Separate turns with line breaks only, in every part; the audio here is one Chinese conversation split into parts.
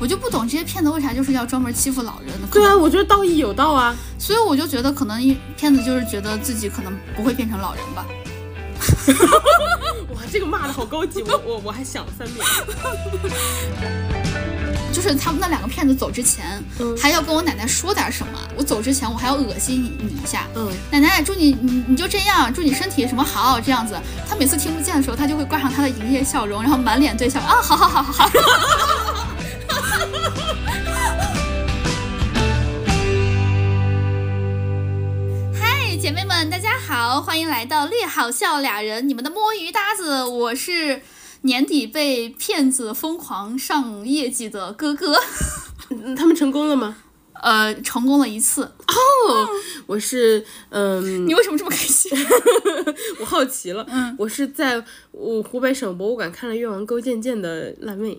我就不懂这些骗子为啥就是要专门欺负老人。
对啊，我觉得道义有道啊。
所以我就觉得可能一骗子就是觉得自己可能不会变成老人吧。
哇，这个骂的好高级，我我我还想了三秒。
就是他们那两个骗子走之前，
嗯
还要跟我奶奶说点什么。我走之前，我还要恶心你你一下。
嗯，
奶奶，祝你你你就这样，祝你身体什么好这样子。他每次听不见的时候，他就会挂上他的营业笑容，然后满脸堆笑啊，好好好好好。嗨，姐妹们，大家好，欢迎来到《猎好笑俩人》，你们的摸鱼搭子，我是年底被骗子疯狂上业绩的哥哥，
嗯他们成功了吗？
呃，成功了一次。
我是嗯，
你为什么这么开心？
我好奇了，
嗯，
我是在我湖北省博物馆看了越王勾践剑的辣妹。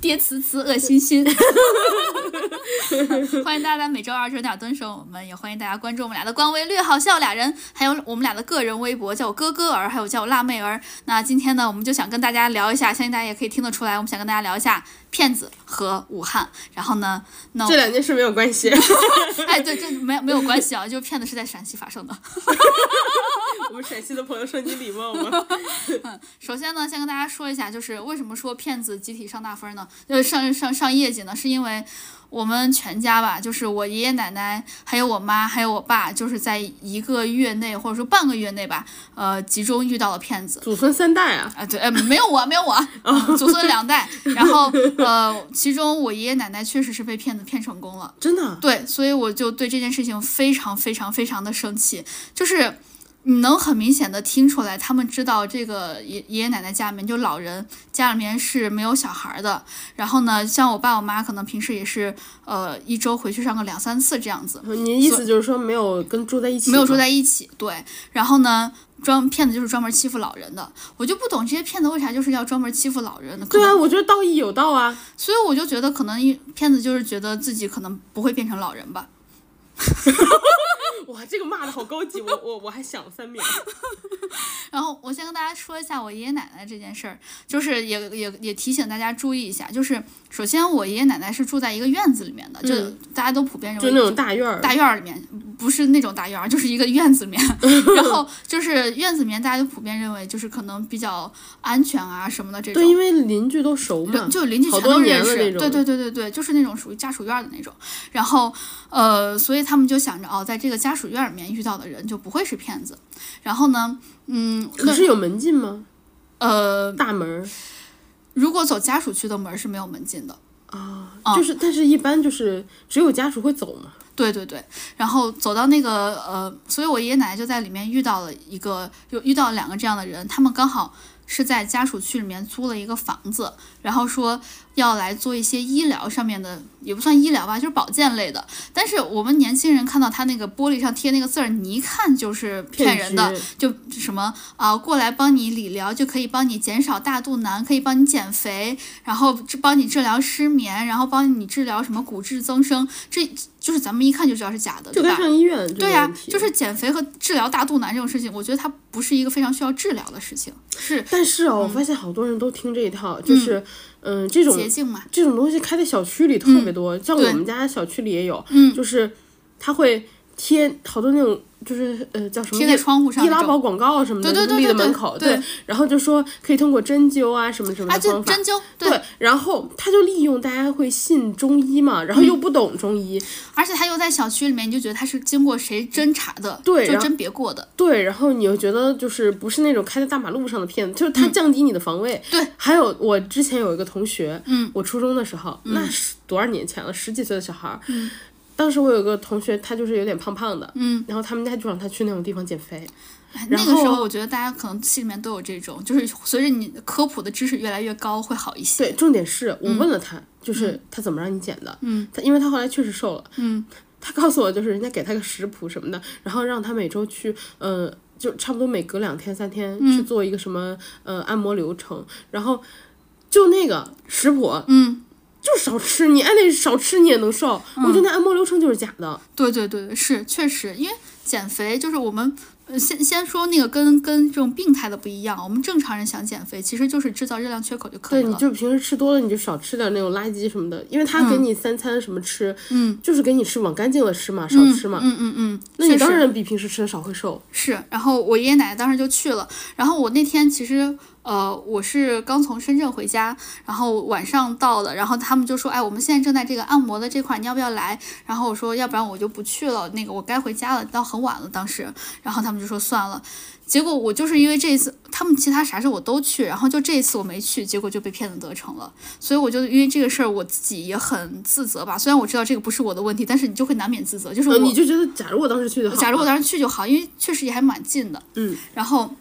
爹词词恶心心， 欢迎大家每周二准点蹲守我们，也欢迎大家关注我们俩的官微“略好笑俩人”，还有我们俩的个人微博，叫我哥哥儿，还有叫我辣妹儿。那今天呢，我们就想跟大家聊一下，相信大家也可以听得出来，我们想跟大家聊一下骗子和武汉。然后呢，那我
这两件事没有关 系，
哎对，这没有没有关系啊，就是骗子是在陕西发生的。
我们陕西的朋友说你礼貌吗？
首先呢，先跟大家说一下，就是为什么说骗子集体上大分呢？就是上上上业绩呢，是因为我们全家吧，就是我爷爷奶奶，还有我妈，还有我爸，就是在一个月内或者说半个月内吧，呃，集中遇到了骗子。
祖孙三代啊，
啊，对，呃，没有我，没有我，嗯祖孙两代。然后，呃，其中我爷爷奶奶确实是被骗子骗成功了，
真的啊，
对，所以我就对这件事情非常非常非常的生气，就是你能很明显的听出来，他们知道这个爷爷爷奶奶家里面就老人家里面是没有小孩儿的，然后呢，像我爸我妈可能平时也是呃一周回去上个两三次这样子，
你意思就是说没有跟住在一起？
没有住。在一起，对，然后呢。专骗子就是专门欺负老人的，我就不懂这些骗子为啥就是要专门欺负老人的。可
对啊，
能
我觉得道义有道啊。
所以我就觉得可能一骗子就是觉得自己可能不会变成老人吧。
哇，这个骂的好高级，我我我还想了三秒。
然后我先跟大家说一下我爷爷奶奶这件事儿，就是也也也提醒大家注意一下，就是首先我爷爷奶奶是住在一个院子里面的，就
嗯
大家都普遍认为
就那种大院儿，
大院儿里面，不是那种大院儿，就是一个院子里 面。然后就是院子里面，大家就普遍认为就是可能比较安全啊什么的这种
对，。因为邻居都熟嘛
对，，就邻居
好
全
多
都
年
认
了
识，
那
对
种
对对对对，就是那种属于家属院儿的那种。然后，呃，所以他们就想着哦，在这个家属院儿里面遇到的人就不会是骗子。然后呢，嗯，
可是有门禁吗？
呃，
大门儿
如果走家属区的门是没有门禁的。
啊
啊，
就是，但是一般就是只有家属会走嘛。
对对对，然后走到那个呃，所以我爷爷奶奶就在里面遇到了一个，就遇到了两个这样的人，他们刚好是在家属区里面租了一个房子，然后说要来做一些医疗上面的，也不算医疗吧，就是保健类的。但是我们年轻人看到他那个玻璃上贴那个字儿，你一看就是骗人的，
局
就什么啊、过来帮你理疗，就可以帮你减少大肚腩，可以帮你减肥，然后治帮你治疗失眠，然后帮你治疗什么骨质增生，这就是咱们一看就知道是假的，
就
对
该
吧？
上医院。
对呀、
呀，
就是减肥和治疗大肚腩这种事情，我觉得它不是一个非常需要治疗的事情，是
但是哦，我发现好多人都听这一套，就是，嗯，这种
嗯捷径嗯嘛。
这种东西开在小区里特别多，像我们家小区里也有，
嗯
就是它会贴好多那种，就是呃叫什么
贴在窗户上
易拉
那种。
宝广告什么的，
对对对
立在
对对
门口，
对
对，然后就说可以通过针灸啊什么什么
啊，
的
就
方法。
针灸，对，
对，然后他就利用大家会信中医嘛，然后
嗯
又不懂中医，
而且它又在小区里面，你就觉得它是经过谁侦查的，
嗯对
就
然后
甄别过的，
对，然后你又觉得就是不是那种开在大马路上的骗子，就是他降低你的防卫。
嗯对，
还有我之前有一个同学，
嗯，
我初中的时候，那是多少年前了，十几岁的小孩儿，嗯，当时我有个同学，他就是有点胖胖的，
嗯，
然后他们家就让他去那种地方减肥，
哎那
然
个时候
后
我觉得大家可能心里面都有这种，就是随着你科普的知识越来越高，会好一些。
对，重点是我问了他，就是他怎么让你减的，嗯，他因为他后来确实瘦了，
嗯，
他告诉我就是人家给他个食谱什么的，然后让他每周去，呃，就差不多每隔两天三天去做一个什么、呃按摩流程，然后就那个食谱
嗯，
就少吃，你按那少吃你也能瘦，我觉得那按摩流程就是假的，
对对对，是确实，因为减肥就是我们呃先先说那个跟跟这种病态的不一样，我们正常人想减肥，其实就是制造热量缺口就可以了。
对，你就平时吃多了，你就少吃点那种垃圾什么的，因为他给你三餐什么吃，
嗯，
就是给你吃往干净了吃嘛，少吃嘛。
嗯嗯嗯，
那你
确实
当然比平时吃的少会瘦。
是，然后我爷爷奶奶当时就去了。然后我那天其实，呃，我是刚从深圳回家，然后晚上到的。然后他们就说：“哎，我们现在正在这个按摩的这块儿，你要不要来？”然后我说：“要不然我就不去了，那个我该回家了，到很晚了。”当时，然后他们就说：“算了。”结果我就是因为这一次，他们其他啥事我都去，然后就这一次我没去，结果就被骗的得逞了。所以我就因为这个事儿，我自己也很自责吧。虽然我知道这个不是我的问题，但是你就会难免自责，就是我、
呃，你就觉得假如我当时去就好了。
假如我当时去就好，因为确实也还蛮近的。
嗯，
然后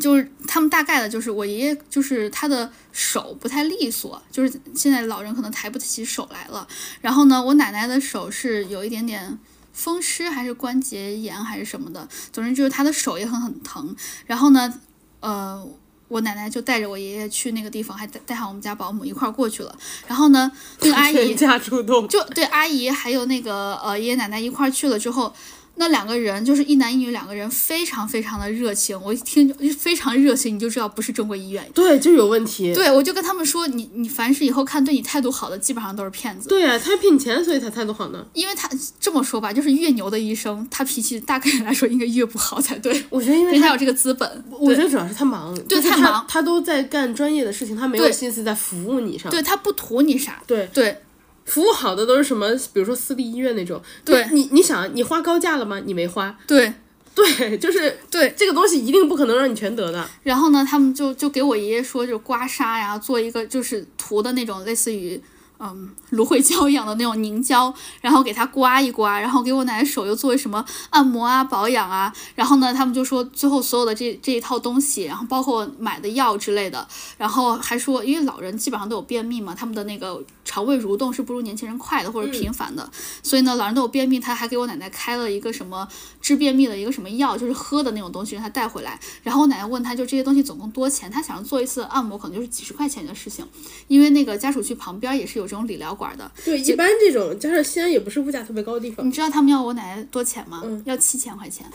就是他们大概的就是我爷爷就是他的手不太利索，就是现在老人可能抬不起手来了。然后呢，我奶奶的手是有一点点。风湿还是关节炎还是什么的，总之就是她的手也很很疼。然后呢，呃，我奶奶就带着我爷爷去那个地方，还带带上我们家保姆一块儿过去了。然后呢，那个阿姨
全家出动，
就对阿姨还有那个呃爷爷奶奶一块儿去了之后，那两个人就是一男一女两个人，非常非常的热情。我一听就非常热情，你就知道不是中国医院。
对，就有问题。
对，我就跟他们说，你你凡是以后看对你态度好的，基本上都是骗子。
对呀、啊他骗你钱，所以才态度好呢。
因为他这么说吧，就是越牛的医生，他脾气大概来说应该越不好才对，
我觉得因为
人家
他，
有这个资本。
我觉得主要是他忙，就是
太
他
忙
他都在干专业的事情，他没有
对
心思在服务你上。
对他不图你啥，
对
对
服务好的都是什么？比如说私立医院那种。
对
你你想，你花高价了吗？你没花。
对
对，就是
对，
这个东西一定不可能让你全得的。
然后呢，他们就就给我爷爷说，就是刮痧呀，做一个就是涂的那种类似于嗯芦荟胶一样的那种凝胶，然后给他刮一刮，然后给我奶奶手又做什么按摩啊、保养啊。然后呢，他们就说最后所有的这这一套东西，然后包括买的药之类的，然后还说，因为老人基本上都有便秘嘛，他们的那个肠胃蠕动是不如年轻人快的或者频繁的，所以呢，老人都有便秘，他还给我奶奶开了一个什么治便秘的一个什么药，就是喝的那种东西，让她带回来。然后我奶奶问他，就这些东西总共多钱？他想要做一次按摩，可能就是几十块钱的事情，因为那个家属区旁边也是有这种理疗馆的。
对，一般这种加上西安也不是物价特别高的地方。
你知道他们要我奶奶多钱吗？要七千块钱。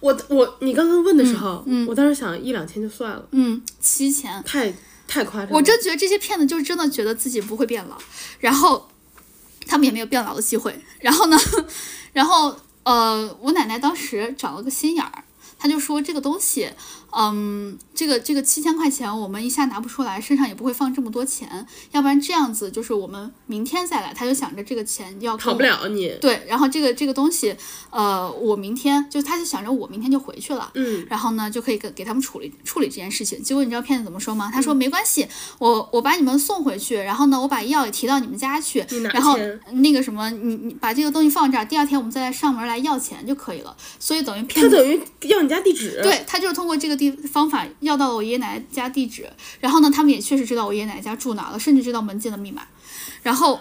我我你刚刚问的时候，我当时想一两千就算了，
嗯，七千。
太太夸张了。
我真觉得这些骗子就是真的觉得自己不会变老，然后他们也没有变老的机会。然后呢， 然后呃，我奶奶当时长了个心眼儿，她就说这个东西，嗯，这个这个七千块钱我们一下拿不出来，身上也不会放这么多钱，要不然这样子就是我们明天再来。她就想着这个钱要
跑
跟
不了你。
对，然后这个这个东西，呃，我明天就他就想着我明天就回去了，
嗯，
然后呢就可以给给他们处理处理这件事情。结果你知道骗子怎么说吗？他
嗯
说、没关系，我我把你们送回去，然后呢我把药也提到你们家去
你拿，
然后
钱
那个什么，你你把这个东西放这儿，第二天我们再来上门来要钱就可以了。所以等于
他
骗子。
等于要你家地址。，
对他就是通过这个地方法要到了我爷爷奶奶家地址，然后呢，他们也确实知道我爷爷奶奶家住哪了，甚至知道门禁的密码，然后，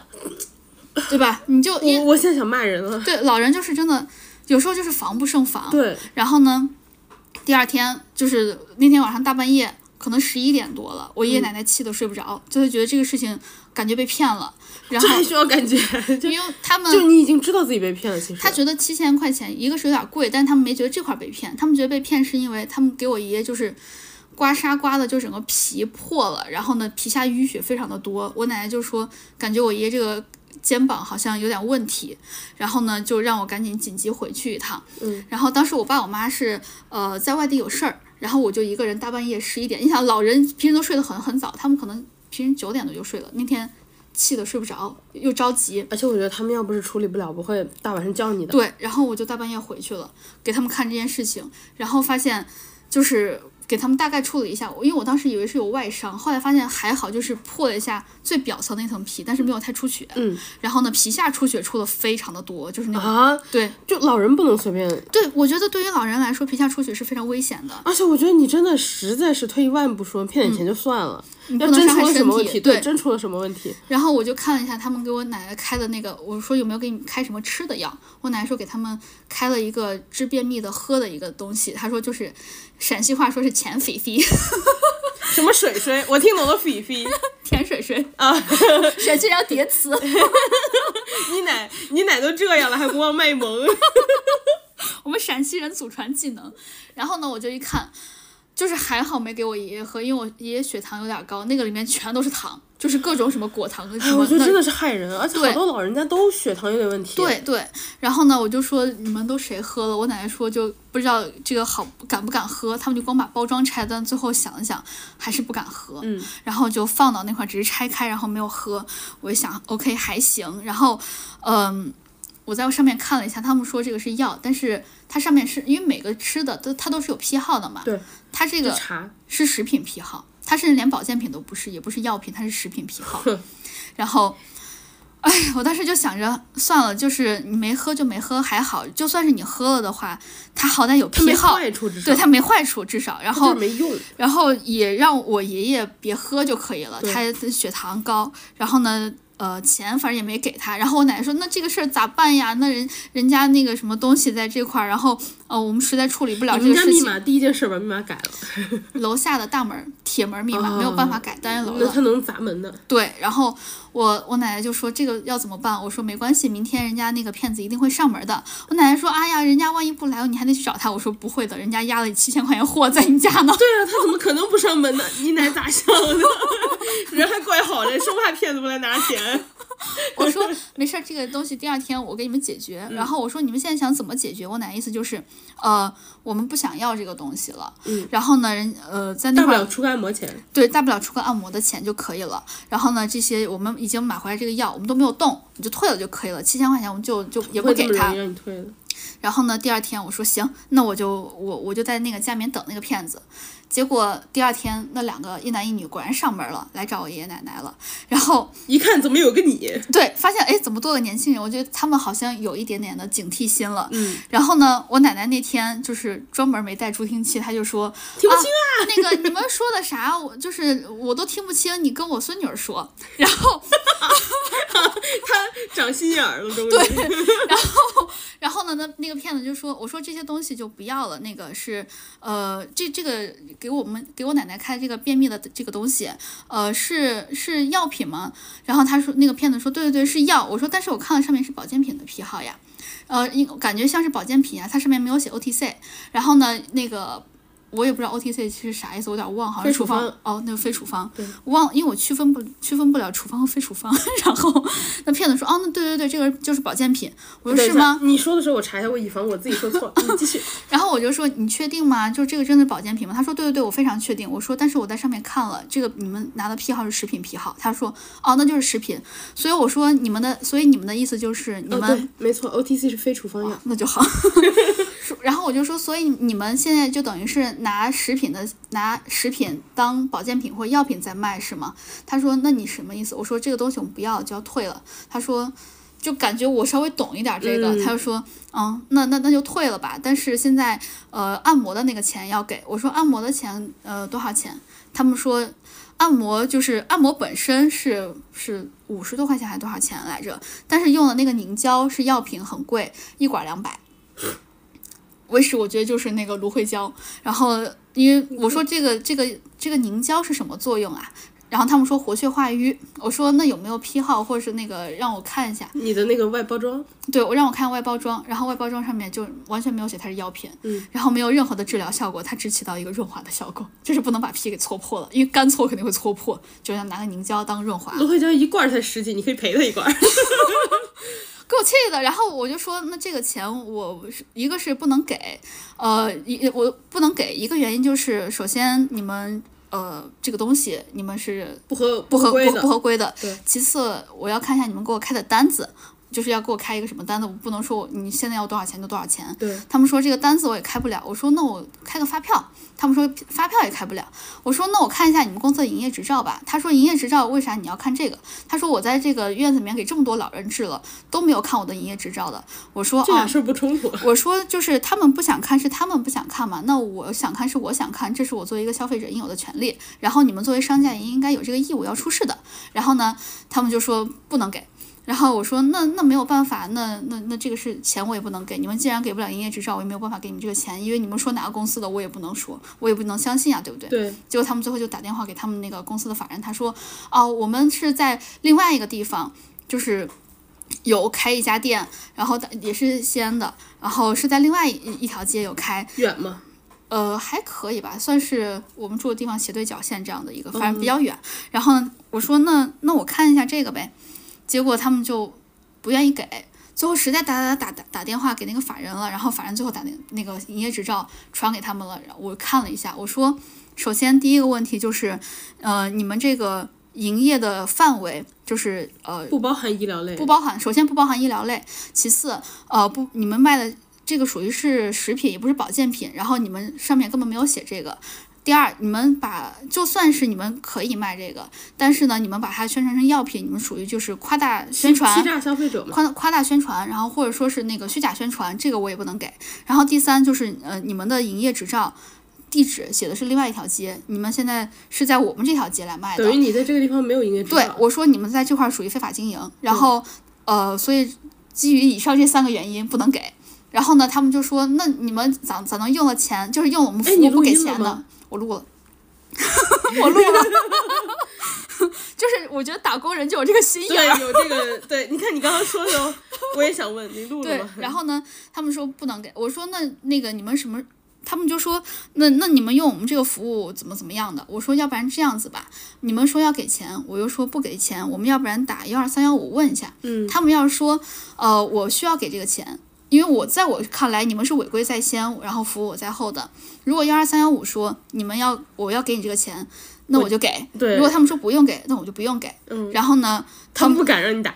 对吧？你就因
我我现在想骂人了。
对，老人就是真的，有时候就是防不胜防。
对，
然后呢，第二天就是那天晚上大半夜，可能十一点多了，我爷
嗯
爷奶奶气得睡不着，就是觉得这个事情感觉被骗了。然
这
后
还需要 感觉？就
因为他们
就你已经知道自己被骗了，其实。
他觉得七千块钱，一个是有点贵，但他们没觉得这块被骗，他们觉得被骗是因为他们给我爷爷就是刮痧刮的，就整个皮破了，然后呢皮下淤血非常的多。我奶奶就说，感觉我爷爷这个肩膀好像有点问题，然后呢就让我赶紧紧急回去一趟。
嗯，
然后当时我爸我妈是呃在外地有事儿，然后我就一个人大半夜十一点，你想老人平时都睡得很很早，他们可能平时九点多就睡了，那天气得睡不着，又着急，
而且我觉得他们要不是处理不了，不会大晚上叫你的。
对，然后我就大半夜回去了，给他们看这件事情，然后发现就是给他们大概处理一下，因为我当时以为是有外伤，后来发现还好，就是破了一下最表层那层皮，但是没有太出血。
嗯。
然后呢，皮下出血出的非常的多，就是那种。
啊，
对
就老人不能随便。
对，我觉得对于老人来说，皮下出血是非常危险的。
而且我觉得你真的实在是退一万步说，骗点钱就算了。要
嗯不能
真
伤害
出了什
身
么问
体
题，
对
真出了什么问题，
然后我就看了一下他们给我奶奶开的那个，我说有没有给你开什么吃的药？我奶奶说给他们开了一个治便秘的喝的一个东西，她说就是陕西话说是甜 肥肥，
什么水水，我听懂了菲菲
甜水水。
啊，
选这要叠词，
你奶你奶都这样了，还不忘卖萌，
我们陕西人祖传技能。然后呢，我就一看，就是还好没给我爷爷喝，因为我爷爷血糖有点高，那个里面全都是糖，就是各种什么果糖什
哎，
么。
我觉得
那
真的是害人，而且好多老人家都血糖有点问题。，
对对，然后呢，我就说你们都谁喝了？我奶奶说就不知道这个好敢不敢喝，他们就光把包装拆断，最后想了想还是不敢喝，
嗯，
然后就放到那块儿，只是拆开，然后没有喝。我就想 OK 还行，然后嗯。我在上面看了一下，他们说这个是药，但是它上面是因为每个吃的都它都是有批号的嘛，
对，
它这
就
个
查
是食品批号，它甚至连保健品都不是，也不是药品，它是食品批号。然后，哎，我当时就想着算了，就是你没喝就没喝还好，就算是你喝了的话，它好歹有
它
批
没
号，
坏处，至少
对它没坏处至少。然
它就是
后，
没用。
然后也让我爷爷别喝就可以了，
对
他血糖高。然后呢？呃，钱反正也没给他，然后我奶奶说，那这个事儿咋办呀？那人人家那个什么东西在这块儿，然后呃，我们实在处理不了这
啊
个
你们家
事
密
情，
码第一件事把密码改了，
楼下的大门铁门密码、没有办法改单元楼
那
了。
他能砸门的。
对，然后我我奶奶就说这个要怎么办？我说没关系，明天人家那个骗子一定会上门的。我奶奶说，哎呀，人家万一不来，你还得去找他。我说不会的，人家压了七千块钱货在你家呢。
对啊，他怎么可能不上门呢？你奶咋想的？ 人还怪好嘞，生怕骗子不来拿钱。
我说没事儿，这个东西第二天我给你们解决。然后我说你们现在想怎么解决？我奶奶意思就是，呃，我们不想要这个东西了。
嗯
然后呢，人呃在那
大不
块儿
了出个按摩钱。
对，大不了出个按摩的钱就可以了。然后呢，这些我们已经买回来这个药，我们都没有动，你就退了就可以了。七千块钱我们就就也不
会这
给
么
他
容易。让你退的。
然后呢，第二天我说行，那我就我我就在那个家里面等那个骗子。结果第二天那两个一男一女果然上门了，来找我爷爷奶奶了。然后
一看怎么有个你？
对，发现哎，怎么多个年轻人？我觉得他们好像有一点点的警惕心了。
嗯，
然后呢，我奶奶那天就是专门没带助听器，她就说
听不
啊
清。
那个你们说的啥，我就是我都听不清，你跟我孙女儿说。然后，
长心眼儿了，终于。
然后呢，那那个骗子就说，我说这些东西就不要了，那个是呃，这这个给我们给我奶奶开这个便秘的这个东西，呃，是是药品吗？然后他说那个骗子说，对对对，是药。我说但是我看了上面是保健品的批号呀，呃，因感觉像是保健品啊，它上面没有写 OTC。然后呢，那个。我也不知道 OTC 是啥意思，我有点忘，好像
非
是处
处方
方哦，那个非处方
对，
我忘了，因为我区分不区分不了处方和非处方。 然后那骗子说，哦，那对对对，这个就是保健品。我说
等一
是
下
吗？？
你说的时候我查一下，我以防我自己 说错。你继续。
然后我就说：“你确定吗？就这个真的是保健品吗？”他说：“对对对，我非常确定。”我说：“但是我在上面看了，这个你们拿的批号是食品批号。”他说：“哦，那就是食品。”所以我说：“你们的，所以你们的意思就是你
哦，
们、啊
对，没错，OTC 是非处方药。
那就好。 说然后我就说，所以你们现在就等于是拿食品的拿食品当保健品或药品在卖是吗？他说，那你什么意思？我说这个东西我们不要就要退了。他说，就感觉我稍微懂一点这个，
嗯
他就说，嗯，那那那就退了吧。但是现在呃按摩的那个钱要给我说按摩的钱呃多少钱？他们说按摩就是按摩本身是是五十多块钱还是多少钱来着？但是用的那个凝胶是药品，很贵，一管两百。维使我觉得就是那个芦荟胶，然后因为我说这个这个这个凝胶是什么作用啊？然后他们说活血化瘀，我说那有没有批号或者是那个让我看一下？
你的那个外包装，
对，我让我看外包装，然后外包装上面就完全没有写它是药品，
嗯，
然后没有任何的治疗效果，它只起到一个润滑的效果，就是不能把皮给搓破了，因为干搓肯定会搓破，就要拿个凝胶当润滑。
芦荟胶一罐儿才十几，你可以赔他一罐儿。
给我气的。然后我就说，那这个钱我是一个是不能给，呃，一我不能给一个原因就是，首先你们呃这个东西你们是
不合
不合
规
不合
的
不。合规的
对。
其次，我要看一下你们给我开的单子，就是要给我开一个什么单子，我不能说我你现在要多少钱就多少钱。
对，
他们说这个单子我也开不了，我说那我开个发票，他们说发票也开不了，我说那我看一下你们公司的营业执照吧。他说营业执照为啥你要看这个？他说我在这个院子里面给这么多老人治了，都没有看我的营业执照的。我说
这俩
啊。
事儿不冲突。
我说，就是他们不想看，是他们不想看嘛？那我想看，是我想看，这是我作为一个消费者应有的权利。然后你们作为商家也应该有这个义务要出示的。然后呢，他们就说不能给。然后我说那那没有办法，那那那这个是钱我也不能给你们，既然给不了营业执照，我也没有办法给你们这个钱，因为你们说哪个公司的我也不能说，我也不能相信啊，对不对？
对，
结果他们最后就打电话给他们那个公司的法人，他说：“哦，我们是在另外一个地方，就是有开一家店，然后也是西安的，然后是在另外一一条街有开，
远吗？
呃，还可以吧，算是我们住的地方斜对角线这样的一个，反正比较远。然后呢，我说那那我看一下这个呗，结果他们就不愿意给，最后实在打打打打打电话给那个法人了，然后法人最后打那那个营业执照传给他们了。然后我看了一下，我说首先第一个问题就是，呃，你们这个营业的范围就是呃
不包含医疗类，
不包含，首先不包含医疗类，其次，呃，不，你们卖的这个属于是食品，也不是保健品，然后你们上面根本没有写这个。第二，你们把就算是你们可以卖这个，但是呢，你们把它宣传成药品，你们属于就是夸大宣传，
欺诈消费者嘛。
夸夸大宣传，然后或者说是那个虚假宣传，这个我也不能给。然后第三就是呃，你们的营业执照地址写的是另外一条街，你们现在是在我们这条街来卖的，
等于你在这个地方没有营业执
对
照，，
我说你们在这块儿属于非法经营，然后、呃，所以基于以上这三个原因不能给。然后呢，他们就说，那你们咋咋能用了钱，就是用了我们服
哎你
务不
录
给
音了
钱呢
吗？
我录了， 我录了， 就是我觉得打工人就有这个心眼儿。
对，有这 个，对，你看你刚刚说的，哦，我也想问你录了
对
吗，？
然后呢，他们说不能给，我说那那个你们什么？他们就说那那你们用我们这个服务怎么怎么样的？我说要不然这样子吧，你们说要给钱，我又说不给钱，我们要不然打幺二三幺五问一下。
嗯，
他们要是说呃我需要给这个钱，因为我在我看来你们是违规在先，然后服务我在后的。如果幺二三幺五说你们要我要给你这个钱，那我就给。
对
如果他们说不用给，那我就不用给。
嗯
然后呢，
他们不敢让你打，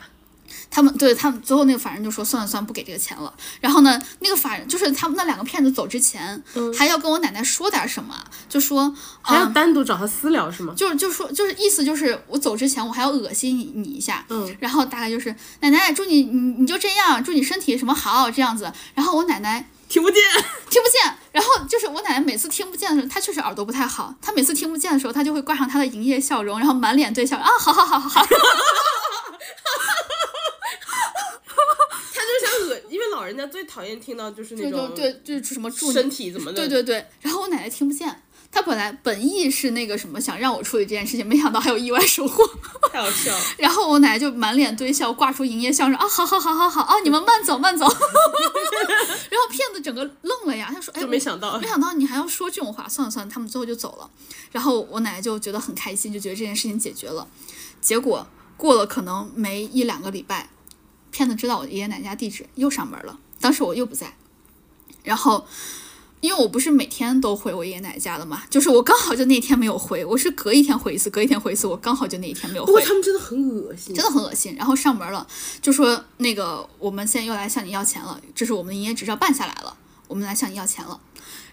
他们对他们最后那个法人就说算了算了不给这个钱了。然后呢，那个法人就是他们那两个骗子走之前，
嗯
还要跟我奶奶说点什么，就说
还
啊、
要单独找他私聊是吗？
就是就说就是意思就是我走之前我还要恶心你你一下，
嗯，
然后大概就是奶奶祝你你你就这样，祝你身体什么好这样子。然后我奶奶
听不见，
听不见。然后就是我奶奶每次听不见的时候，她确实耳朵不太好。她每次听不见的时候，她就会挂上她的营业笑容，然后满脸堆笑啊，好好好好好。
他就想恶，因为老人家最讨厌听到就是那
就就
种
对，就是什么祝你
身体怎么的，
对对对，然后我奶奶听不见，她本来本意是那个什么想让我处理这件事情，没想到还有意外收获。
太好 笑了。
然后我奶奶就满脸堆笑，挂出营业笑容啊，好好好好好啊，你们慢走慢走。然 后骗子整个愣了呀，他说：“哎，
就
我
没想到
没想到你还要说这种话，算了算了，他们最后就走了。然后我奶奶就觉得很开心，就觉得这件事情解决了。结果过了可能没一两个礼拜，骗子知道我爷爷奶奶家地址，又上门了。当时我又不在，然后因为我不是每天都回我爷爷奶奶家的嘛，就是我刚好就那天没有回，我是隔一天回一次，隔一天回一次，我刚好就那一天没有
不过
回。
他们真的很恶心，
真的很恶心。然后上门了，就说那个我们现在又来向你要钱了，这是我们的营业执照办下来了，我们来向你要钱了。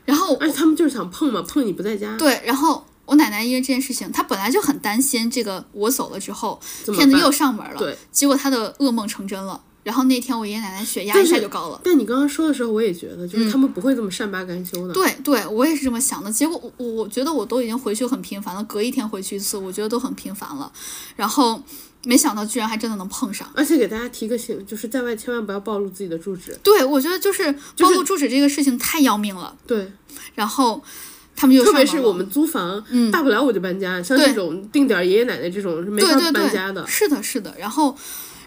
然后
而且他们就是想碰嘛，碰你不在家，
对，然后我奶奶因为这件事情，她本来就很担心这个我走了之后，
怎么
骗子
办
又上门了，
对，
结果她的噩梦成真了。然后那天我爷爷奶奶血压
但
一下
是
就高了。
但你刚刚说的时候，我也觉得，就是他们不会这么善罢甘休的。
对对，我也是这么想的。结果我我我觉得我都已经回去很频繁了，隔一天回去一次，我觉得都很频繁了。然后没想到居然还真的能碰上。
而且给大家提个醒，就是在外千万不要暴露自己的住址。
对，我觉得就是暴露住址这个事情太要命了。
对，
然后他们就
特别
上
是
门了嗯
我们租房，大不了我就搬家。像
对
这种定点爷爷奶奶这种是没
对
法
对
搬家的
对，。是的，是的。然后，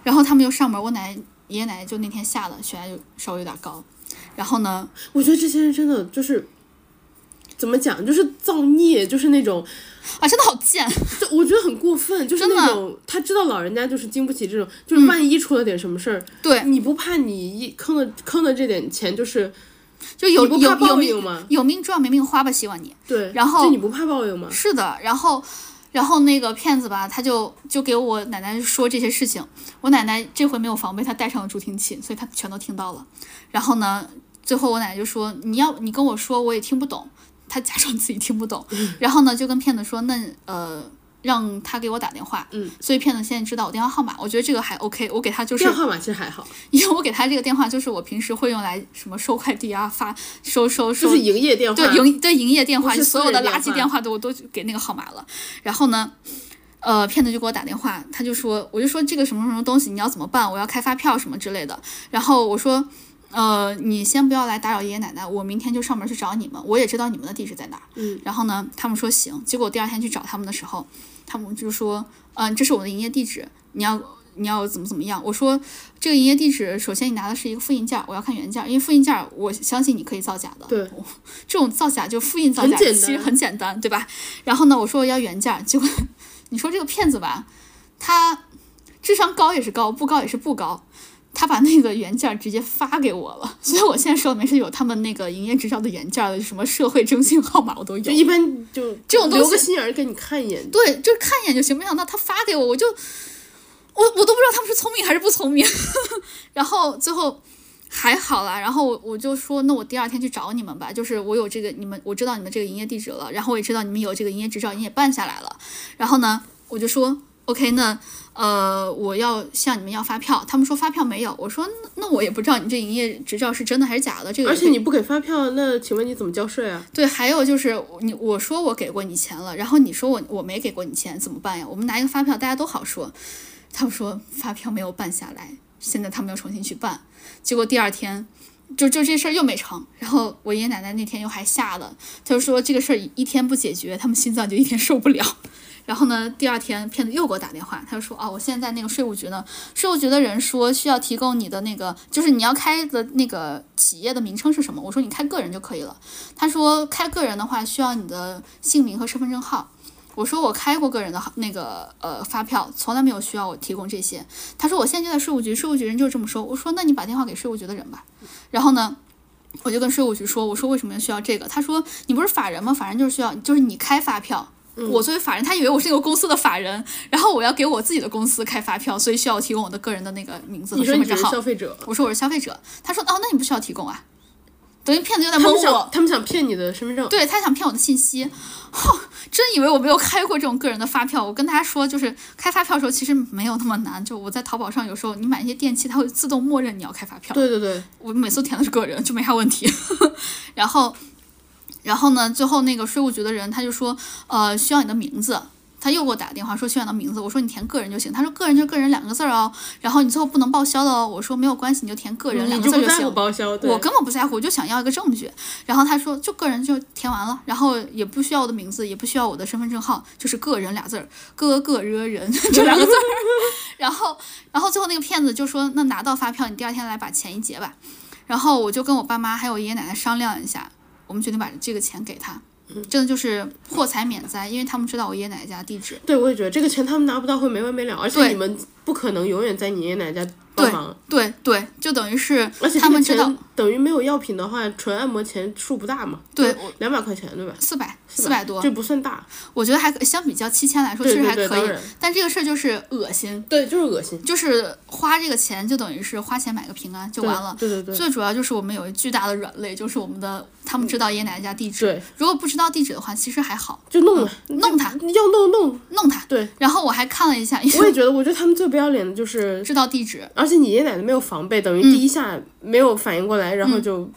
然后他们就上门，我奶奶、爷爷奶奶就那天吓得血压就稍微有点高。然后呢，
我觉得这些人真的就是。怎么讲？就是造孽，就是那种，
啊，真的好贱，
就我觉得很过分，就是
真的嗯
那种他知道老人家就是经不起这种，就是万一出了点什么事儿，
对，
你不怕你一坑了坑了这点钱，就是
就有
你不
有
怕
有
报应
命
吗
有命赚没命花吧，希望你
对，
然后
就你不怕报应吗？
是的。然后。然后那个骗子吧，他就就给我奶奶说这些事情。我奶奶这回没有防备，她带上了助听器，所以她全都听到了。然后呢，最后我奶奶就说：“你要你跟我说，我也听不懂。”她假装自己听不懂，
嗯
然后呢就跟骗子说：“那呃，让他给我打电话。”
嗯，
所以骗子现在知道我电话号码，我觉得这个还 OK。我给他就是
电话号码其实还好，
因为我给他这个电话就是我平时会用来什么收快递啊、发收收收
就是营业电话，
对营对营业电话，
不是
就所有的
私
垃
人电
圾
话
电话都我都给那个号码了。然后呢，呃，骗子就给我打电话，他就说，我就说这个什么什么东西你要怎么办？我要开发票什么之类的。然后我说，呃，你先不要来打扰爷爷奶奶，我明天就上门去找你们，我也知道你们的地址在哪儿。
嗯。
然后呢，他们说行。结果第二天去找他们的时候，他们就说，嗯、这是我的营业地址，你要。你要怎么怎么样？我说这个营业地址，首先你拿的是一个复印件儿，我要看原件儿，因为复印件儿我相信你可以造假的。
对
我，这种造假就复印造
很
假，
简
其实
单
很简单，对吧？然后呢，我说我要原件儿，结果你说这个骗子吧，他智商高也是高，不高也是不高。他把那个原件儿直接发给我了， 所以我现在手里面是有他们那个营业执照的原件儿的，什么社会征信号码我都有。
就一般就
这种东西
留个心眼儿给你看一眼，
对，就是看一眼就行。没想到他发给我，我就我我都不知道他们是聪明还是不聪明。 然后最后还好啦，然后我我就说，那我第二天去找你们吧。就是我有这个，你们我知道你们这个营业地址了，然后我也知道你们有这个营业执照，你也办下来了。然后呢，我就说 OK，那呃，我要向你们要发票。他们说发票没有，我说那那我也不知道你这营业执照是真的还是假的。这个
而
也
且你不给发票，那请问你怎么交税啊？
对，还有就是你我说我给过你钱了，然后你说我我没给过你钱，怎么办呀？我们拿一个发票，大家都好说。他们说发票没有办下来，现在他们要重新去办。结果第二天，就就这事儿又没成。然后我爷爷奶奶那天又还吓了，他就说这个事儿一天不解决，他们心脏就一天受不了。然后呢，第二天骗子又给我打电话，他就说哦，我现在在那个税务局呢，税务局的人说需要提供你的那个，就是你要开的那个企业的名称是什么？我说你开个人就可以了。他说开个人的话需要你的姓名和身份证号。我说我开过个人的号那个呃发票，从来没有需要我提供这些。他说我现在就在税务局，税务局人就是这么说。我说那你把电话给税务局的人吧。然后呢，我就跟税务局说，我说为什么需要这个？他说你不是法人吗？法人就是需要，就是你开发票。
嗯
我作为法人，他以为我是那个公司的法人，然后我要给我自己的公司开发票，所以需要我提供我的个人的那个名字和
你说
身
你
份
只
证
是
号。
消费者，
我说我是消费者，他说哦，那你不需要提供啊，等于骗子又在
他
蒙
们
我
想。他们想骗你的身份证，
对他想骗我的信息，哼，真以为我没有开过这种个人的发票。我跟大家说，就是开发票的时候其实没有那么难，就我在淘宝上有时候你买一些电器，它会自动默认你要开发票。
对对对，
我每次都填的是个人，就没啥问题。 然后，然后呢，最后那个税务局的人他就说，呃，需要你的名字。他又给我打个电话说需要你的名字，我说你填个人就行。他说个人就是个人两个字儿哦，然后你最后不能报销的哦。我说没有关系，你就填个人两
嗯你
个
就
字儿
不
就
在
行
乎。报销，对
我根本不在乎，我就想要一个证据。然后他说，就个人就填完了，然后也不需要我的名字，也不需要我的身份证号，就是个人俩字儿，个个惹人这两个字儿。 然后，然后最后那个骗子就说，那拿到发票，你第二天来把钱一结吧。然后我就跟我爸妈还有爷爷奶奶商量一下，我们决定把这个钱给他。
嗯
真的就是破财免灾，因为他们知道我爷爷奶奶家地址。
对，我也觉得这个钱他们拿不到会没完没了，而且
对
你们不可能永远在你爷爷奶奶家帮忙，
对对，就等于是
而且
他
这
们
个
知道
钱等于没有药品的话，纯按摩钱数不大嘛，
对，
两百块钱对吧？
四百四百多，
这不算大，
我觉得还可相比较七千来说，确
对
实还
对对，
可以
当。然，
但这个事儿就是恶心，
对，就是恶心，
就是花这个钱就等于是花钱买个平安就
对
完了。
对对对，
最主要就是我们有一巨大的软肋，就是我们的他们知道爷爷奶奶家地址。
对，
如果不知道地址的话，其实还好，
就弄了，
嗯弄他，
要弄 弄，
弄他。
对。
然后我还看了一下，因
我
为
也觉得，我觉得他们最不要脸的就是，
知道地址
而且你爷爷奶奶没有防备，等
嗯
于第一下没有反应过来，然后就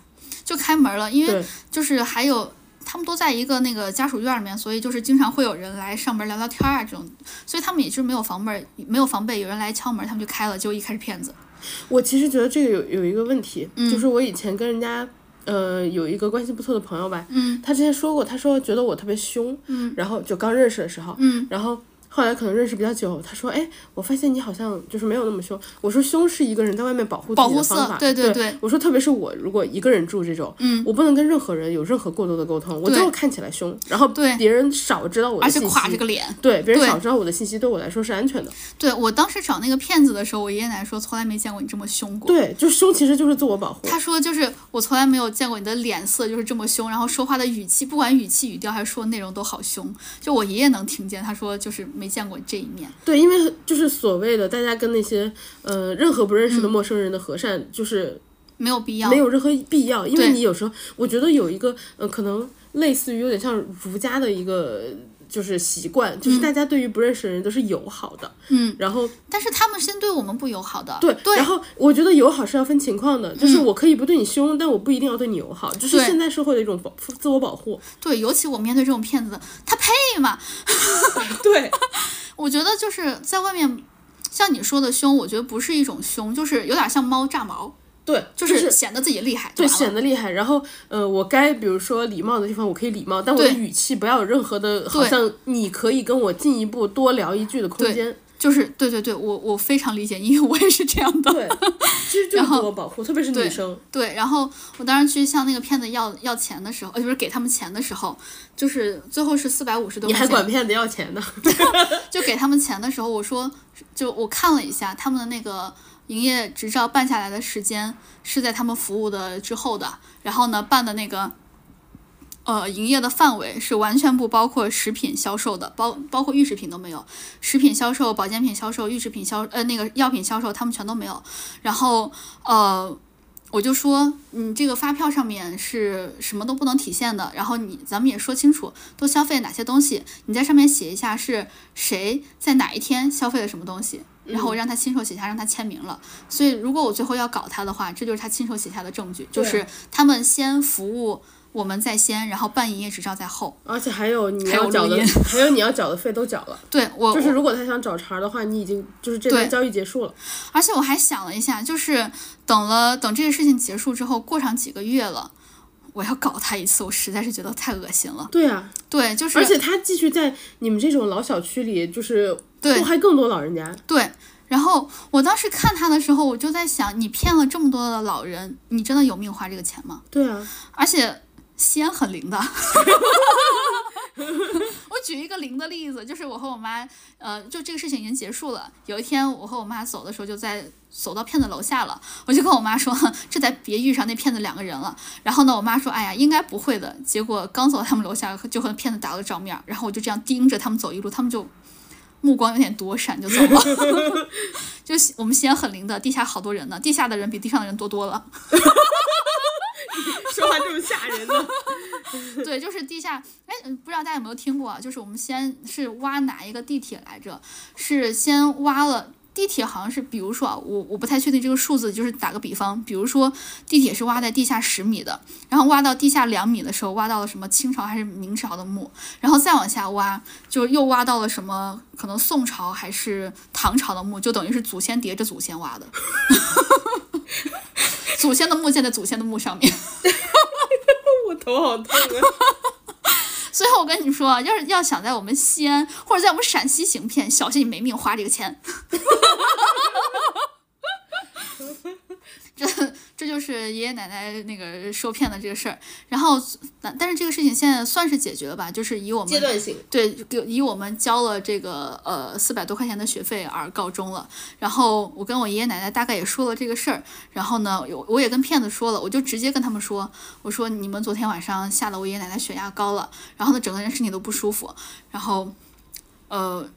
就开门了，因为
对
就是还有。他们都在一个那个家属院里面，所以就是经常会有人来上门聊聊天啊，这种，所以他们也就是没有防备，没有防备，有人来敲门，他们就开了，结果一开始骗子，
我其实觉得这个有有一个问题，
嗯
就是我以前跟人家呃有一个关系不错的朋友吧，
嗯，
他之前说过，他说觉得我特别凶，嗯，然后就刚认识的时候，
嗯，
然后。后来可能认识比较久，他说：“哎，我发现你好像就是没有那么凶。”我说：“凶是一个人在外面保护自
保
己
护
的
色
方法。
对对
对
对
我说：“特别是我如果一个人住这种，嗯，我不能跟任何人有任何过多的沟通，我
对
就看起来凶，然后
对
别人少知道我的
而且
信息，
垮着个脸，
对别人
对
少知道我的信息，对我来说是安全的。
对我当时找那个骗子的时候，我爷爷奶奶说从来没见过你这么凶过。
对，就凶其实就是自我保护。
他说就是我从来没有见过你的脸色就是这么凶，然后说话的语气，不管语气语调还是说内容都好凶。就我爷爷能听见，他说就是没见过这一面。
对，因为就是所谓的大家跟那些呃任何不认识的陌生人的和善，就是
没有必要
没，有任何必要，因为
对
你有时候我觉得有一个呃可能类似于有点像儒家的一个。就是习惯，就是大家对于不认识的人都是友好的，
嗯，
然后
但是他们先对我们不友好的，
对，
对
然后我觉得友好是要分情况的，就是我可以不对你凶，但我不一定要对你友好，就是
对
现代社会的一种保自我保护。
对，尤其我面对这种骗子，他配吗？
对，
我觉得就是在外面，像你说的凶，我觉得不是一种凶，就是有点像猫炸毛，
对，
就
就是
是显得自己厉害，
对，
完了
显得厉害。然后，呃，我该比如说礼貌的地方，我可以礼貌，但我的
对
语气不要有任何的，好像你可以跟我进一步多聊一句的空
对
间。
就是对对对，我我非常理解，因为我也是这样的。
对，其实就是自我保护，特别是女生。
对，然后我当时去向那个骗子要要钱的时候，呃，就是给他们钱的时候，就是最后是四百五十多
你
块
还管
钱，
骗子要钱呢？
就给他们钱的时候，我说，就我看了一下他们的那个营业执照办下来的时间是在他们服务的之后的，然后呢办的那个。呃，营业的范围是完全不包括食品销售的，包包括预制品都没有，食品销售、保健品销售、预制品销呃那个药品销售，他们全都没有。然后呃，我就说你这个发票上面是什么都不能体现的，然后你咱们也说清楚都消费哪些东西，你在上面写一下是谁在哪一天消费了什么东西。然
嗯
后我让他亲手写下，让他签名了。所以，如果我最后要搞他的话，这就是他亲手写下的证据，就
对
是他们先服务我们在先，然后办营业执照在后。
而且还有你
还有
要缴的
录音，
还有你要缴的费都缴了。
对我，
就是
我
如果他想找茬的话，你已经就是这
对
单交易结束了。
而且我还想了一下，就是等了等这个事情结束之后，过上几个月了，我要搞他一次，我实在是觉得太恶心了。
对啊，
对，就是
而且他继续在你们这种老小区里，就是
对
祸害更多老人家。
对。然后我当时看他的时候，我就在想，你骗了这么多的老人，你真的有命花这个钱吗？
对啊，
而且西安很灵的。 我举一个灵的例子，就是我和我妈，呃，就这个事情已经结束了。有一天，我和我妈走的时候，就在走到骗子楼下了，我就跟我妈说， 这才别遇上那骗子两个人了。然后呢，我妈说，哎呀，应该不会的。结果刚走到他们楼下，就和骗子打了个照面儿，然后我就这样盯着他们走一路，他们就。目光有点躲闪就走了， 就我们西安很灵的，地下好多人呢，地下的人比地上的人多多了。
说话这么吓人呢？
对，就是地下，哎，嗯不知道大家有没有听过啊？就是我们先是挖哪一个地铁来着？是先挖了地铁，好像是，比如说啊，我我不太确定这个数字，就是打个比方，比如说地铁是挖在地下十米的，然后挖到地下两米的时候，挖到了什么清朝还是明朝的墓，然后再往下挖，就又挖到了什么可能宋朝还是唐朝的墓，就等于是祖先叠着祖先挖的。 祖先的墓建在祖先的墓上面，
我头好痛啊！
所以我跟你说啊，要是要想在我们西安或者在我们陕西行骗，小心你没命花这个钱。 这这就是爷爷奶奶那个受骗的这个事儿。然后，但但是这个事情现在算是解决了吧？就是以我们
阶段性，
对，给以我们交了这个呃四百多块钱的学费而告终了。然后我跟我爷爷奶奶大概也说了这个事儿，然后呢，我我也跟骗子说了，我就直接跟他们说，我说你们昨天晚上吓得我爷爷奶奶血压高了，然后呢整个人身体都不舒服，然后呃。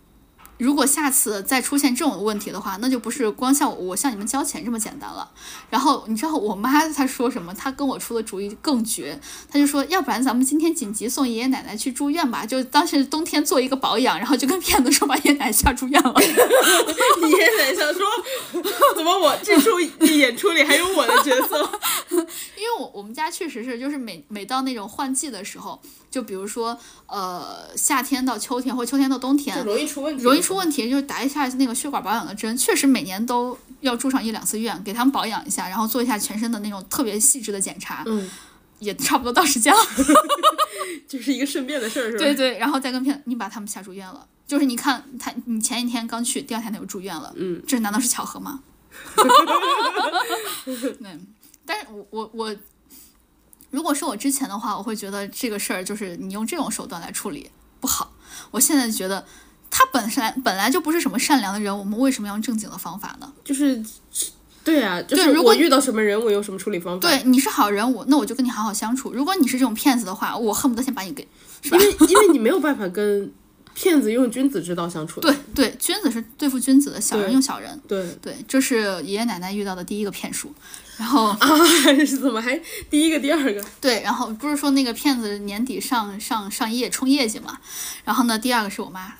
如果下次再出现这种问题的话，那就不是光向我我向你们交钱这么简单了。然后你知道我妈她说什么？她跟我出的主意更绝，他就说，要不然咱们今天紧急送爷爷奶奶去住院吧，就当是冬天做一个保养，然后就跟骗子说把爷爷奶奶吓住院了。
你也得想说，怎么我这出演出里还有我的角 色？
因为我我们家确实是，就是每每到那种换季的时候，就比如说呃夏天到秋天或秋天到冬天，
容易出问题，
容易出问题，就是打一下那个血管保养的针，确实每年都要住上一两次院，给他们保养一下，然后做一下全身的那种特别细致的检查，
嗯，
也差不多到时间了。
就是一个顺便的事儿，是吧？
对对，然后再跟骗你把他们吓住院了。就是你看他，你前一天刚去，第二天他就住院了。
嗯，
这难道是巧合吗？ 对，但是我我我，如果是我之前的话，我会觉得这个事儿就是你用这种手段来处理不好。我现在觉得他本身本来就不是什么善良的人，我们为什么要用正经的方法呢？
就是，对啊，就是
对如果
我遇到什么人，我有什么处理方法？
对，你是好人，我那我就跟你好好相处。如果你是这种骗子的话，我恨不得先把你给
因为因为你没有办法跟骗子用君子之道相处。
对对，君子是对付君子的，小人
对
用小人。
对
对，这是爷爷奶奶遇到的第一个骗术。然后
啊， 是怎么还第一个第二个？
对，然后不是说那个骗子年底上上上业冲业绩嘛？然后呢，第二个是我妈，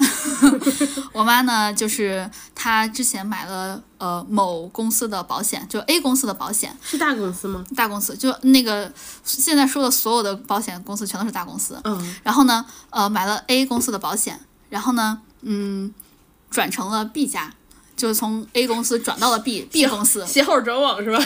我妈呢就是她之前买了呃某公司的保险，就 A 公司的保险，
是大公司吗？
大公司就那个现在说的所有的保险公司全都是大公司。
嗯，
然后呢，呃，买了 A 公司的保险，然后呢，嗯，转成了 B 家，就从 A 公司转到了 B，B 公司，
嗯携后转网是吧？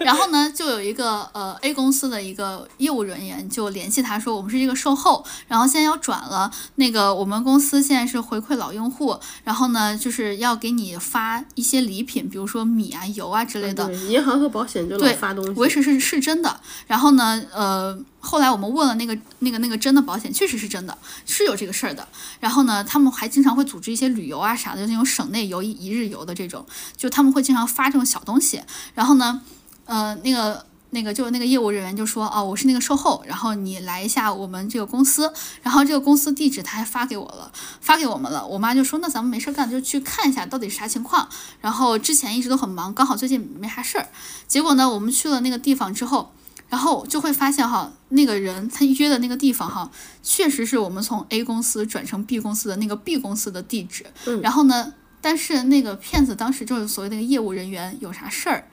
然后呢，就有一个呃 A 公司的一个业务人员就联系他说，我们是一个售后，然后现在要转了，那个我们公司现在是回馈老用户，然后呢就是要给你发一些礼品，比如说米啊、油啊之类的。
对，银行和保险就老
对
发东
维
西，
持是是真的，然后呢，呃，后来我们问了那个那个那个真的保险，确实是真的，是有这个事儿的。然后呢，他们还经常会组织一些旅游啊啥的，就那种省内游一一日游的这种，就他们会经常发这种小东西。然后呢，呃，那个那个就那个业务人员就说，哦，我是那个售后，然后你来一下我们这个公司，然后这个公司地址他还发给我了，发给我们了。我妈就说，那咱们没事儿干就去看一下到底是啥情况。然后之前一直都很忙，刚好最近没啥事儿。结果呢，我们去了那个地方之后，然后就会发现哈，那个人他约的那个地方哈，确实是我们从 A 公司转成 B 公司的那个 B 公司的地址。
嗯
然后呢，但是那个骗子当时就是所谓那个业务人员有啥事儿，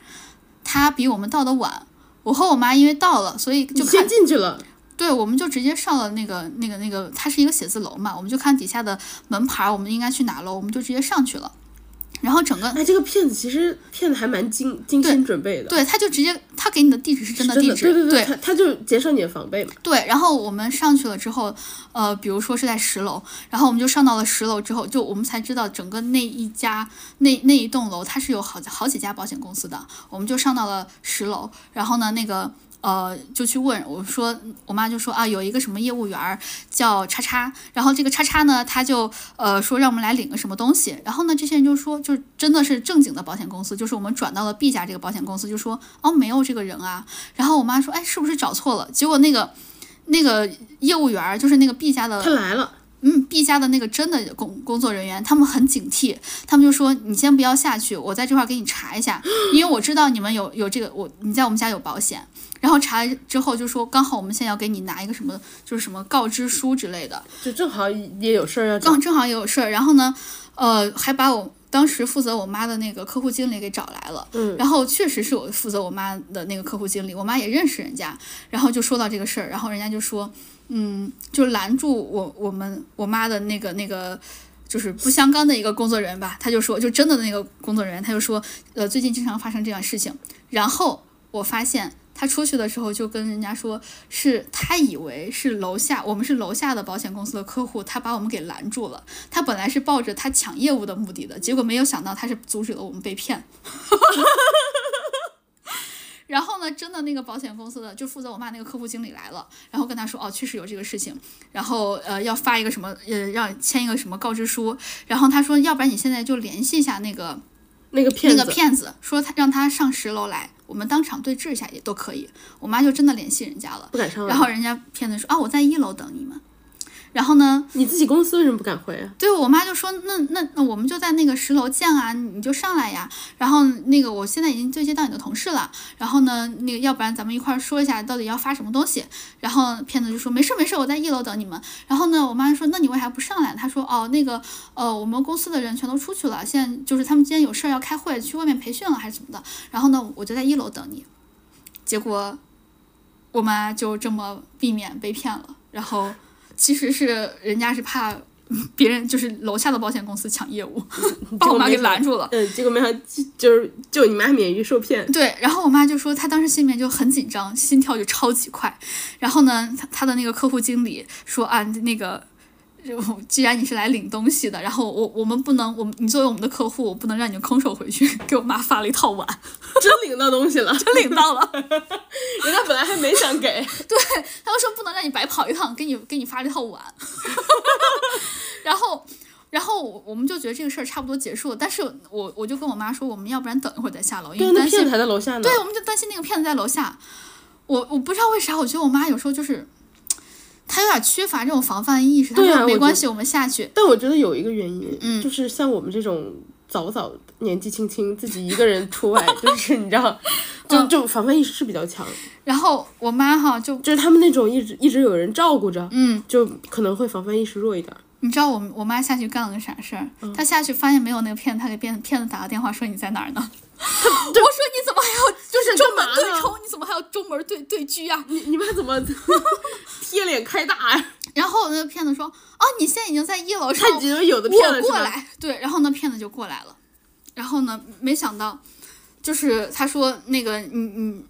他比我们到的晚。我和我妈因为到了，所以就
你
看
先进去了，
对，我们就直接上了那个那个那个，它是一个写字楼嘛，我们就看底下的门牌儿，我们应该去哪楼，我们就直接上去了。然后整个
哎，这个骗子其实骗子还蛮精精心准备的，
对，他就直接他给你的地址是真的
真
地
的，
址，
对对
对
他他就减少你的防备嘛，
对，然后我们上去了之后，呃，比如说是在十楼，然后我们就上到了十楼之后，就我们才知道整个那一家那那一栋楼它是有好好几家保险公司的，我们就上到了十楼，然后呢那个。呃，就去问我说，我妈就说啊，有一个什么业务员儿叫叉叉，然后这个叉叉呢，他就呃说让我们来领个什么东西，然后呢，这些人就说，就是真的是正经的保险公司，就是我们转到了 B 家这个保险公司，就说哦没有这个人啊，然后我妈说，哎，是不是找错了？结果那个那个业务员儿就是那个 B 家
他
的，
来了，
嗯，B 家的那个真的工工作人员，他们很警惕，他们就说你先不要下去，我在这块儿给你查一下，因为我知道你们有有这个，我你在我们家有保险。然后查了之后就说，刚好我们现在要给你拿一个什么，就是什么告知书之类的，
就正好也有事儿要找
刚，正好也有事儿，然后呢，呃，还把我当时负责我妈的那个客户经理给找来了，
嗯，
然后确实是我负责我妈的那个客户经理，我妈也认识人家，然后就说到这个事儿，然后人家就说，嗯，就拦住我我们我妈的那个那个。就是不相干的一个工作人员吧，他就说，就真的那个工作人员，他就说，呃，最近经常发生这样的事情。然后我发现他出去的时候就跟人家说，是他以为是楼下，我们是楼下的保险公司的客户，他把我们给拦住了。他本来是抱着他抢业务的目的的，结果没有想到他是阻止了我们被骗。 然后呢，真的那个保险公司的就负责我妈那个客户经理来了，然后跟他说，哦，确实有这个事情，然后呃要发一个什么，呃让签一个什么告知书，然后他说，要不然你现在就联系一下那个
那个骗
那
子
个骗子，说他让他上十楼来，我们当场对峙一下也都可以。我妈就真的联系人家了，
不敢上
然
来，
后人家骗子说啊，我在一楼等你们。然后呢，
你自己公司为什么不敢回 啊？
对我妈就说那那那我们就在那个十楼见啊，你就上来呀。然后那个我现在已经对接到你的同事了，然后呢，那个要不然咱们一块儿说一下到底要发什么东西。然后骗子就说没事没事，我在一楼等你们。然后呢，我妈就说那你为啥不上来？她说哦那个呃我们公司的人全都出去了，现在就是他们今天有事儿要开会，去外面培训了还是怎么的。然后呢，我就在一楼等你。结果我妈就这么避免被骗了。然后其实是人家是怕别人就是楼下的保险公司抢业务， 把我妈给拦住了。
嗯，结果没想到就就是就你妈免于受 骗，
对，然后我妈就说，她当时心里面就很紧张，心跳就超级快。然后呢，她她的那个客户经理说啊，那个。就既然你是来领东西的，然后我我们不能，我们你作为我们的客户，我不能让你空手回去。给我妈发了一套碗，
真领到东西了，
真领到了。
人家本来还没想给，
他就说不能让你白跑一趟，给你给你发了一套碗。 然后，然后我我们就觉得这个事儿差不多结束了。但是我我就跟我妈说，我们要不然等一会儿再下楼，因
对，
为
那
担
骗子
心，
还在楼下呢，
对，我们就担心那个骗子在楼下。我我不知道为啥，我觉得我妈有时候就是，她有点缺乏这种防范意识。她
对啊
说没
我
关
觉
系，我们下去。
但我觉得有一个原因，就是像我们这种早早年纪轻轻自己一个人出 外，就是你知道，就就防范意识是比较强，
然后我妈哈就
就是他们那种一直一直有人照顾着，
嗯，
就可能会防范意识弱一点。
你知道我我妈下去干了个啥事儿？她下去发现没有那个骗子，她给骗骗子打个电话说你在哪儿呢？我说你怎么还要就是中门对冲？你怎么还要中门对对狙啊？
你你妈怎么 贴脸开大呀、
然后那个骗 子说：“哦，你现在已经在一楼上
他，觉得有的骗
我
了是
过
吧？
来。”对，然后那骗子就过来了。然后呢，没想到，就是他说那个你你，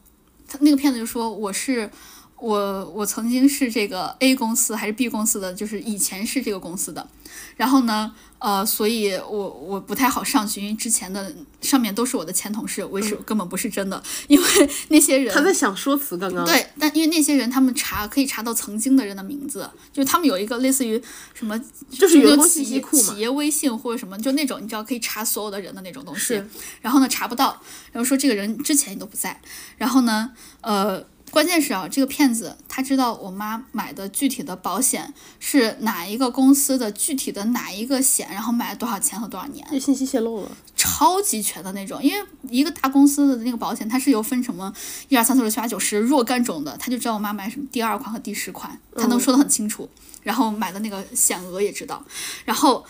他那个骗子就说我是我我曾经是这个 A 公司还是 B 公司的，就是以前是这个公司的，然后呢，呃，所以我我不太好上去，因为之前的上面都是我的前同事，我也是根本不是真的，因为那些人
嗯他在想说辞，刚刚
对，但因为那些人他们查可以查到曾经的人的名字，就是他们有一个类似于什么，
就是员工信
企
息
业
库嘛
企业微信或者什么，就那种你知道可以查所有的人的那种东西
是。
然后呢查不到，然后说这个人之前你都不在。然后呢，呃，关键是啊，这个骗子他知道我妈买的具体的保险是哪一个公司的具体的哪一个险，然后买了多少钱和多少年。
这信息泄露了，
超级全的那种，因为一个大公司的那个保险，它是有分什么一二三四五六七八九十若干种的，他就知道我妈买什么第二款和第十款，他能说得很清楚，然后买的那个险额也知道，然后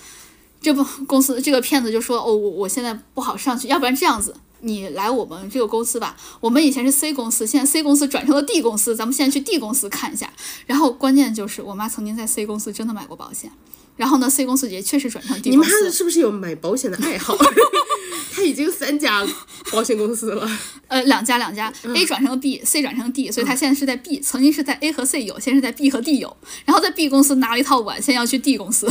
这不公司这个骗子就说哦，我我现在不好上去，要不然这样子。你来我们这个公司吧，我们以前是 C 公司，现在 C 公司转成了 D 公司，咱们现在去 D 公司看一下。然后关键就是我妈曾经在 C 公司真的买过保险，然后呢，C 公司也确实转成 D
你
公
妈
司。
是不是有买保险的爱 好？他已经三家保险公司了，
呃，两家两家、a
嗯
转成了 B，C 转成了 D，所以他现在是在 B，、曾经是在 A 和 C 有，现在是在 B 和 D 有，然后在 B 公司拿了一套碗，现在要去 D 公 司，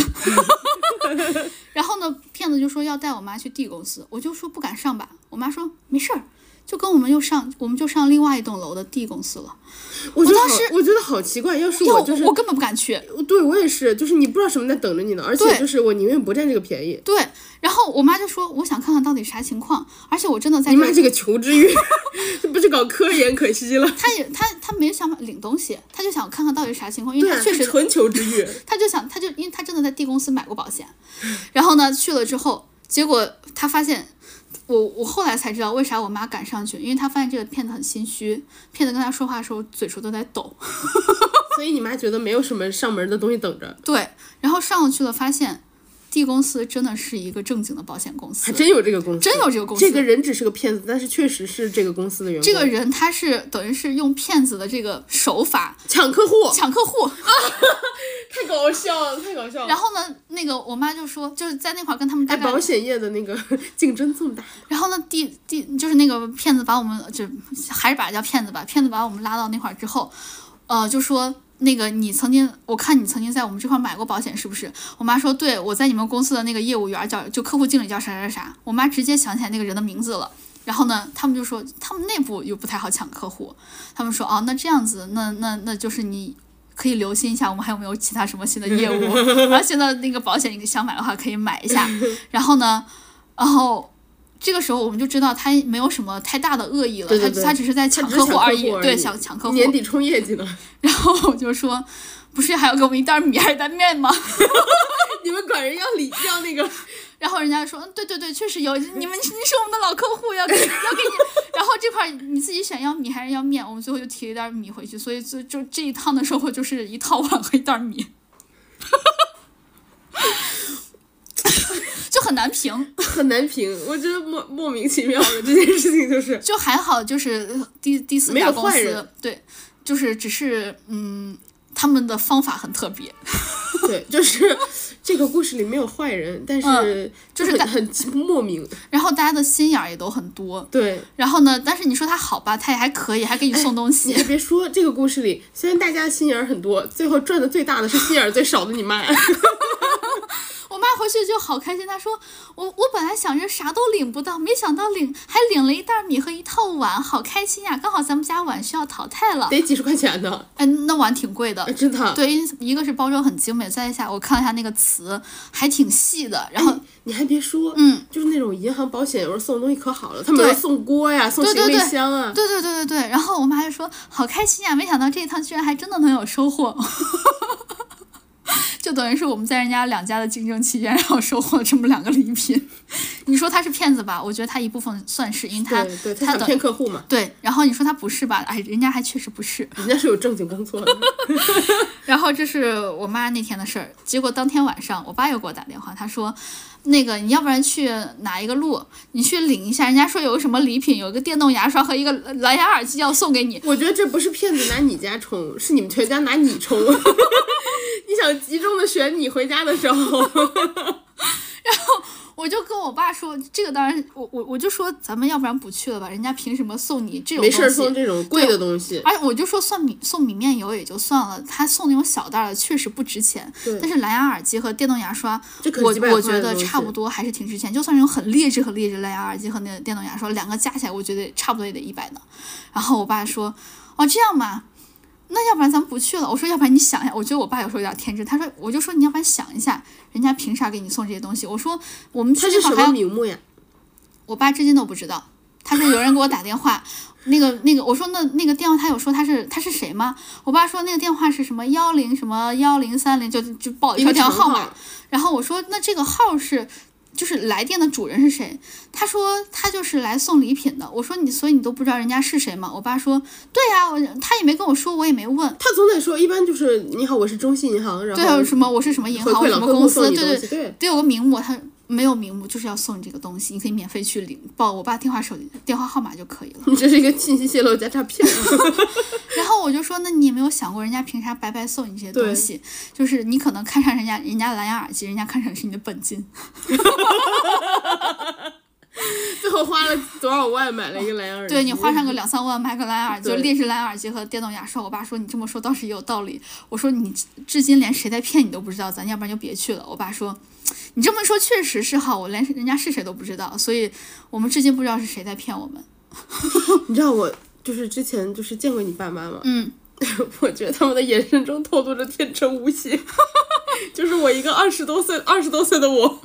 然后呢，骗子就说要带我妈去 D 公司，我就说不敢上吧，我妈说没事儿，就跟我们又上，我们就上另外一栋楼的 D 公司了，
我觉得
当
好
时，
我觉得好奇怪。要是
因为
我
我
就是
我根本不敢去，
对我也是，就是你不知道什么在等着你呢，而且
对
就是我宁愿不占这个便宜。
对，然后我妈就说我想看看到底啥情况，而且我真的在
你
这
妈
儿
这个求知欲， 这不是搞科研可惜了。
她也她她没想领东西，她就想看看到底啥情况，因
对
为
啊，
她确实
纯求知欲，
他就想，他就因为他真的在 D 公司买过保险， 然后呢去了之后，结果他发现，我我后来才知道为啥我妈敢上去，因为她发现这个骗子很心虚，骗子跟他说话的时候嘴唇都在抖，
所以你妈觉得没有什么上门的东西等着，
对，然后上去了发现，D 公司真的是一个正经的保险公 司
还，真有这个公司，
真有这个公司，
这个人只是个骗子，但是确实是这个公司的员工，
这个人他是等于是用骗子的这个手法
抢客户，
抢客户，
哦太搞笑了，太搞笑了。
然后呢，那个我妈就说就是在那块儿跟他们大
哎，
概
保险业的那个 竞争这么大，
然后呢，第第就是那个骗子把我们就还是把他叫骗子吧，骗子把我们拉到那块儿之后，呃，就说那个你曾经，我看你曾经在我们这块儿买过保险是不是？我妈说对，我在你们公司的那个业务员儿叫就客户经理叫啥啥啥，我妈直接想起来那个人的名字了。然后呢，他们就说他们内部又不太好抢客户，他们说哦，那这样子，那那那就是你。可以留心一下，我们还有没有其他什么新的业 务？然后现在那个保险，你想买的话可以买一下。然后呢，然后这个时候我们就知道他没有什么太大的恶意了，
对对对
他他只是在
他
抢
只是
客户
抢客
已，
户而
对，
已
想抢客户。
年底冲业绩呢，
然后我就说，不是还要给我们一袋米还是一袋面吗？
你们管人要礼要那个，
然后人家就说，嗯，对对对，确实有，你们你是我们的老客户，要给要给你。 然后这块儿你自己选要米还是要面，我们最后就提了一袋米回去，所以就就这一趟的收获就是一套碗和一袋米， 就很难评。
很难评，我觉得莫莫名其妙的这件事情就是，
就还好，就是第第四
没
家
有
公
坏
司
人，
对，就是只是嗯，他们的方法很特别，
对，就是这个故事里没有坏人，但嗯是
就是大
很很奇莫名，
然后大家的心眼儿也都很多。
对。
然后呢，但是你说他好吧，他也还可以，还给你送东
你
西。
还别说，这个故事里虽然大家心眼儿很多，最后赚的最大的是心眼儿最少的你 妈。
我妈回去就好开心，她说我我本来想着啥都领不到，没想到领还领了一袋米和一套碗，好开心呀！刚好咱们家碗需要淘汰了，
得几十块钱 呢，
哎，那碗挺贵的
啊，。真的。
对，因为一个是包装很精美，再一下我看了一下那个词还挺细的，然后
哎你还别说，
嗯，
就是那种银行保险，有时候送东西可好了，他们有时候
对
送锅呀，送
对
行
对
李
对
箱啊，
对对对对对，然后我妈就说好开心啊呀、没想到这一趟居然还真的能有收获， 就等于是我们在人家两家的竞争期间，然后收获了这么两个礼品。你说他是骗子吧？我觉得他一部分算是，因为他
对对，
他
他想
等
骗客户嘛，
对，然后你说他不是吧？哎，人家还确实不是。
人家是有正经工作的，
然后这是我妈那天的事儿。结果当天晚上，我爸又给我打电话，他说：“那个你要不然去哪一个路，你去领一下，人家说有个什么礼品，有一个电动牙刷和一个蓝牙耳机要送给你。”
我觉得这不是骗子拿你家充，是你们全家拿你 充。你想集中的选你回家的时候，
我我就跟我爸说，这个当然，我我我就说咱们要不然不去了吧，人家凭什么送你这种
没
东
事儿
西？
送这种贵的东西，
而且我就说送米送米面油也就算了，他送那种小袋儿的确实不值钱，
对
但是蓝牙耳机和电动牙刷，
这可
我
几百
我
块
觉
的
得
东
差
西
不多还是挺值钱，就算是那种很劣质很劣质的蓝牙耳机和那个电动牙刷，两个加起来我觉得差不多也得一百呢。然后我爸说，哦这样吧。那要不然咱们不去了。我说，要不然你想一下。我觉得我爸有时候有点天真。他说，我就说你要不然想一下，人家凭啥给你送这些东西？我说，我们去
它是
这块
什
还要
么名目呀？
我爸至今都不知道。他说有人给我打电话，那个那个，我说那那个电话他有说他是他是谁吗？我爸说那个电话是什么幺零什么幺零三零，就就报一
一个
哦条
长
号码。，然后我说那这个号是。就是来电的主人是谁？他说他就是来送礼品的。我说你，所以你都不知道人家是谁吗？我爸说对呀、我他也没跟我说，我也没问。
他总得说，一般就是你好，我是中信银行，然
对，还
后
有什么我是什么银
回
行，我
馈
什
老
么
客
公
户
司，
送你
对对
东西，对，
对，有个名目，他没有名目，就是要送你这个东西，你可以免费去领报我爸电话手电话号码就可以 了。
你这是一个信息泄露加诈骗啊，
然后我就说，那你有没有想过，人家凭啥白白送你这些东
对
西？就是你可能看上人家，人家蓝牙耳机，人家看上是你的本金。
最后花了多少万买了一个蓝牙耳机？
对你花上个两三万买个蓝牙耳机，就
对
劣质蓝牙耳机和电动牙刷。我爸说你这么说倒是也有道理。我说你至今连谁在骗你都不知道，咱要不然就别去了。我爸说，你这么说确实是哈，我连人家是谁都不知道，所以我们至今不知道是谁在骗我们。
你知道我就是之前就是见过你爸妈吗？
嗯，
我觉得他们的眼神中透露着天真无邪， 就是我一个二十多岁二十多岁的我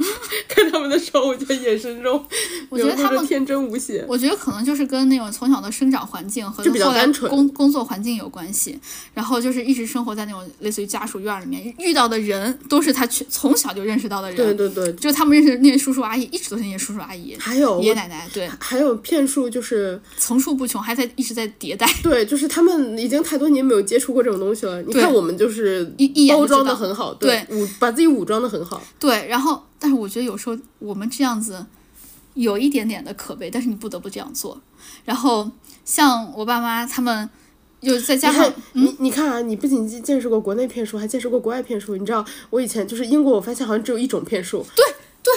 看他们的时候，我觉得眼神中
我觉得
流露
他
着
们
天真无邪。
我觉得可能就是跟那种从小的生长环境和
就比较
后来
单纯
工工作环境有关系，然后就是一直生活在那种类似于家属院里面，遇遇到的人都是他去从小就认识到的人，
对对对，
就他们认识的那些叔叔阿姨，一直都是那些叔叔阿姨、
还有
爷爷
我
奶奶，对，
还有骗术，就是
层出不穷，还在一直在迭代，
对，就是他们已经太多年没有接触过这种东西了。你
对
看我们就是
一一眼就
包
知道
装的很好，武把自己武装的很好。
对，然后但是我觉得有时候我们这样子有一点点的可悲，但是你不得不这样做。然后像我爸妈他们又再加
你
上
看，你你看啊，你不仅见见识过国内骗术，还见识过国外骗术。你知道，我以前就是英国，我发现好像只有一种骗术，
对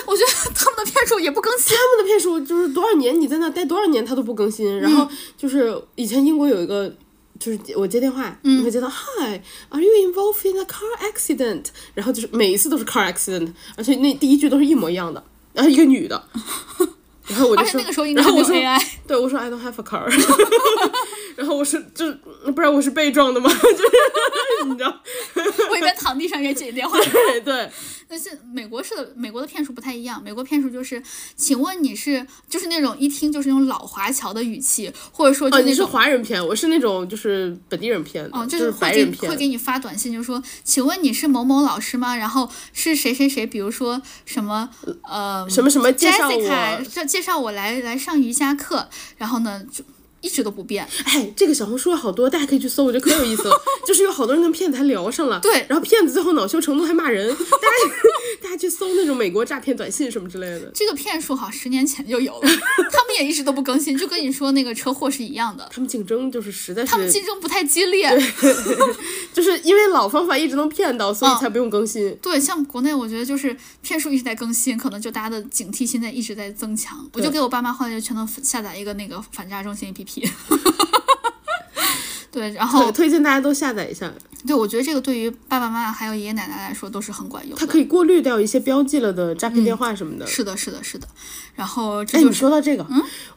我觉得他们的骗术也不更新。
他们的骗术就是多少年你在那待多少年他都不更新，然
嗯
后就是以前英国有一个。就是我接电话，
嗯
你会接到 Hi, are you involved in a car accident？然后就是每一次都是 car accident，而且那第一句都是一模一样的，然后一个女 的，然后我就
而且
说，
那个时候应该
然
还
后
没
我
有
说，
AI，
对我说 I don't have a car，然后我说就不然我是被撞的吗？ 就是 你知道，
我一边躺地上一边接你电话。
对对，
但是美国式的美国的骗术不太一样，美国骗术就是，请问你是就是那种一听就是那种老华侨的语气，或者说就
哦，你
那
是
种。
华人骗，我是那种就是本地人骗的，
哦，
就
就是会
白
给
人
你会
骗。
给你发短信，就说，请问你是某某老师吗？然后是谁谁谁，比如说什么呃
什么什么介绍我
Jessica，这介绍我来来上瑜伽课，然后呢就一直都不变，
哎，这个小红书有好多，大家可以去搜，我觉得可有意思 了。就是有好多人跟骗子还聊上了，
对
然后骗子最后恼羞成怒还骂人，大家大家去搜那种美国诈骗短信什么之类的，
这个骗术好，十年前就有了， 他们也一直都不更新，就跟你说那个车祸是一样的，
他们竞争就是实在
他们
是，
竞争不太激烈。
就是因为老方法一直能骗到，所以
嗯
才不用更新。
对，像国内我觉得就是骗术一直在更新，可能就大家的警惕心在一直在增强。我就
对
给我爸妈后来就全都下载一个那个反诈中心 APP。对，然
对，
后
推荐大家都下载一下，
对我觉得这个对于爸爸妈妈还有爷爷奶奶来说都是很管用
它
的。
可以过滤掉一些标记了的诈骗电话什么的。
是的，是的，是的。然后这
哎，
就
你
是嗯
说到这个，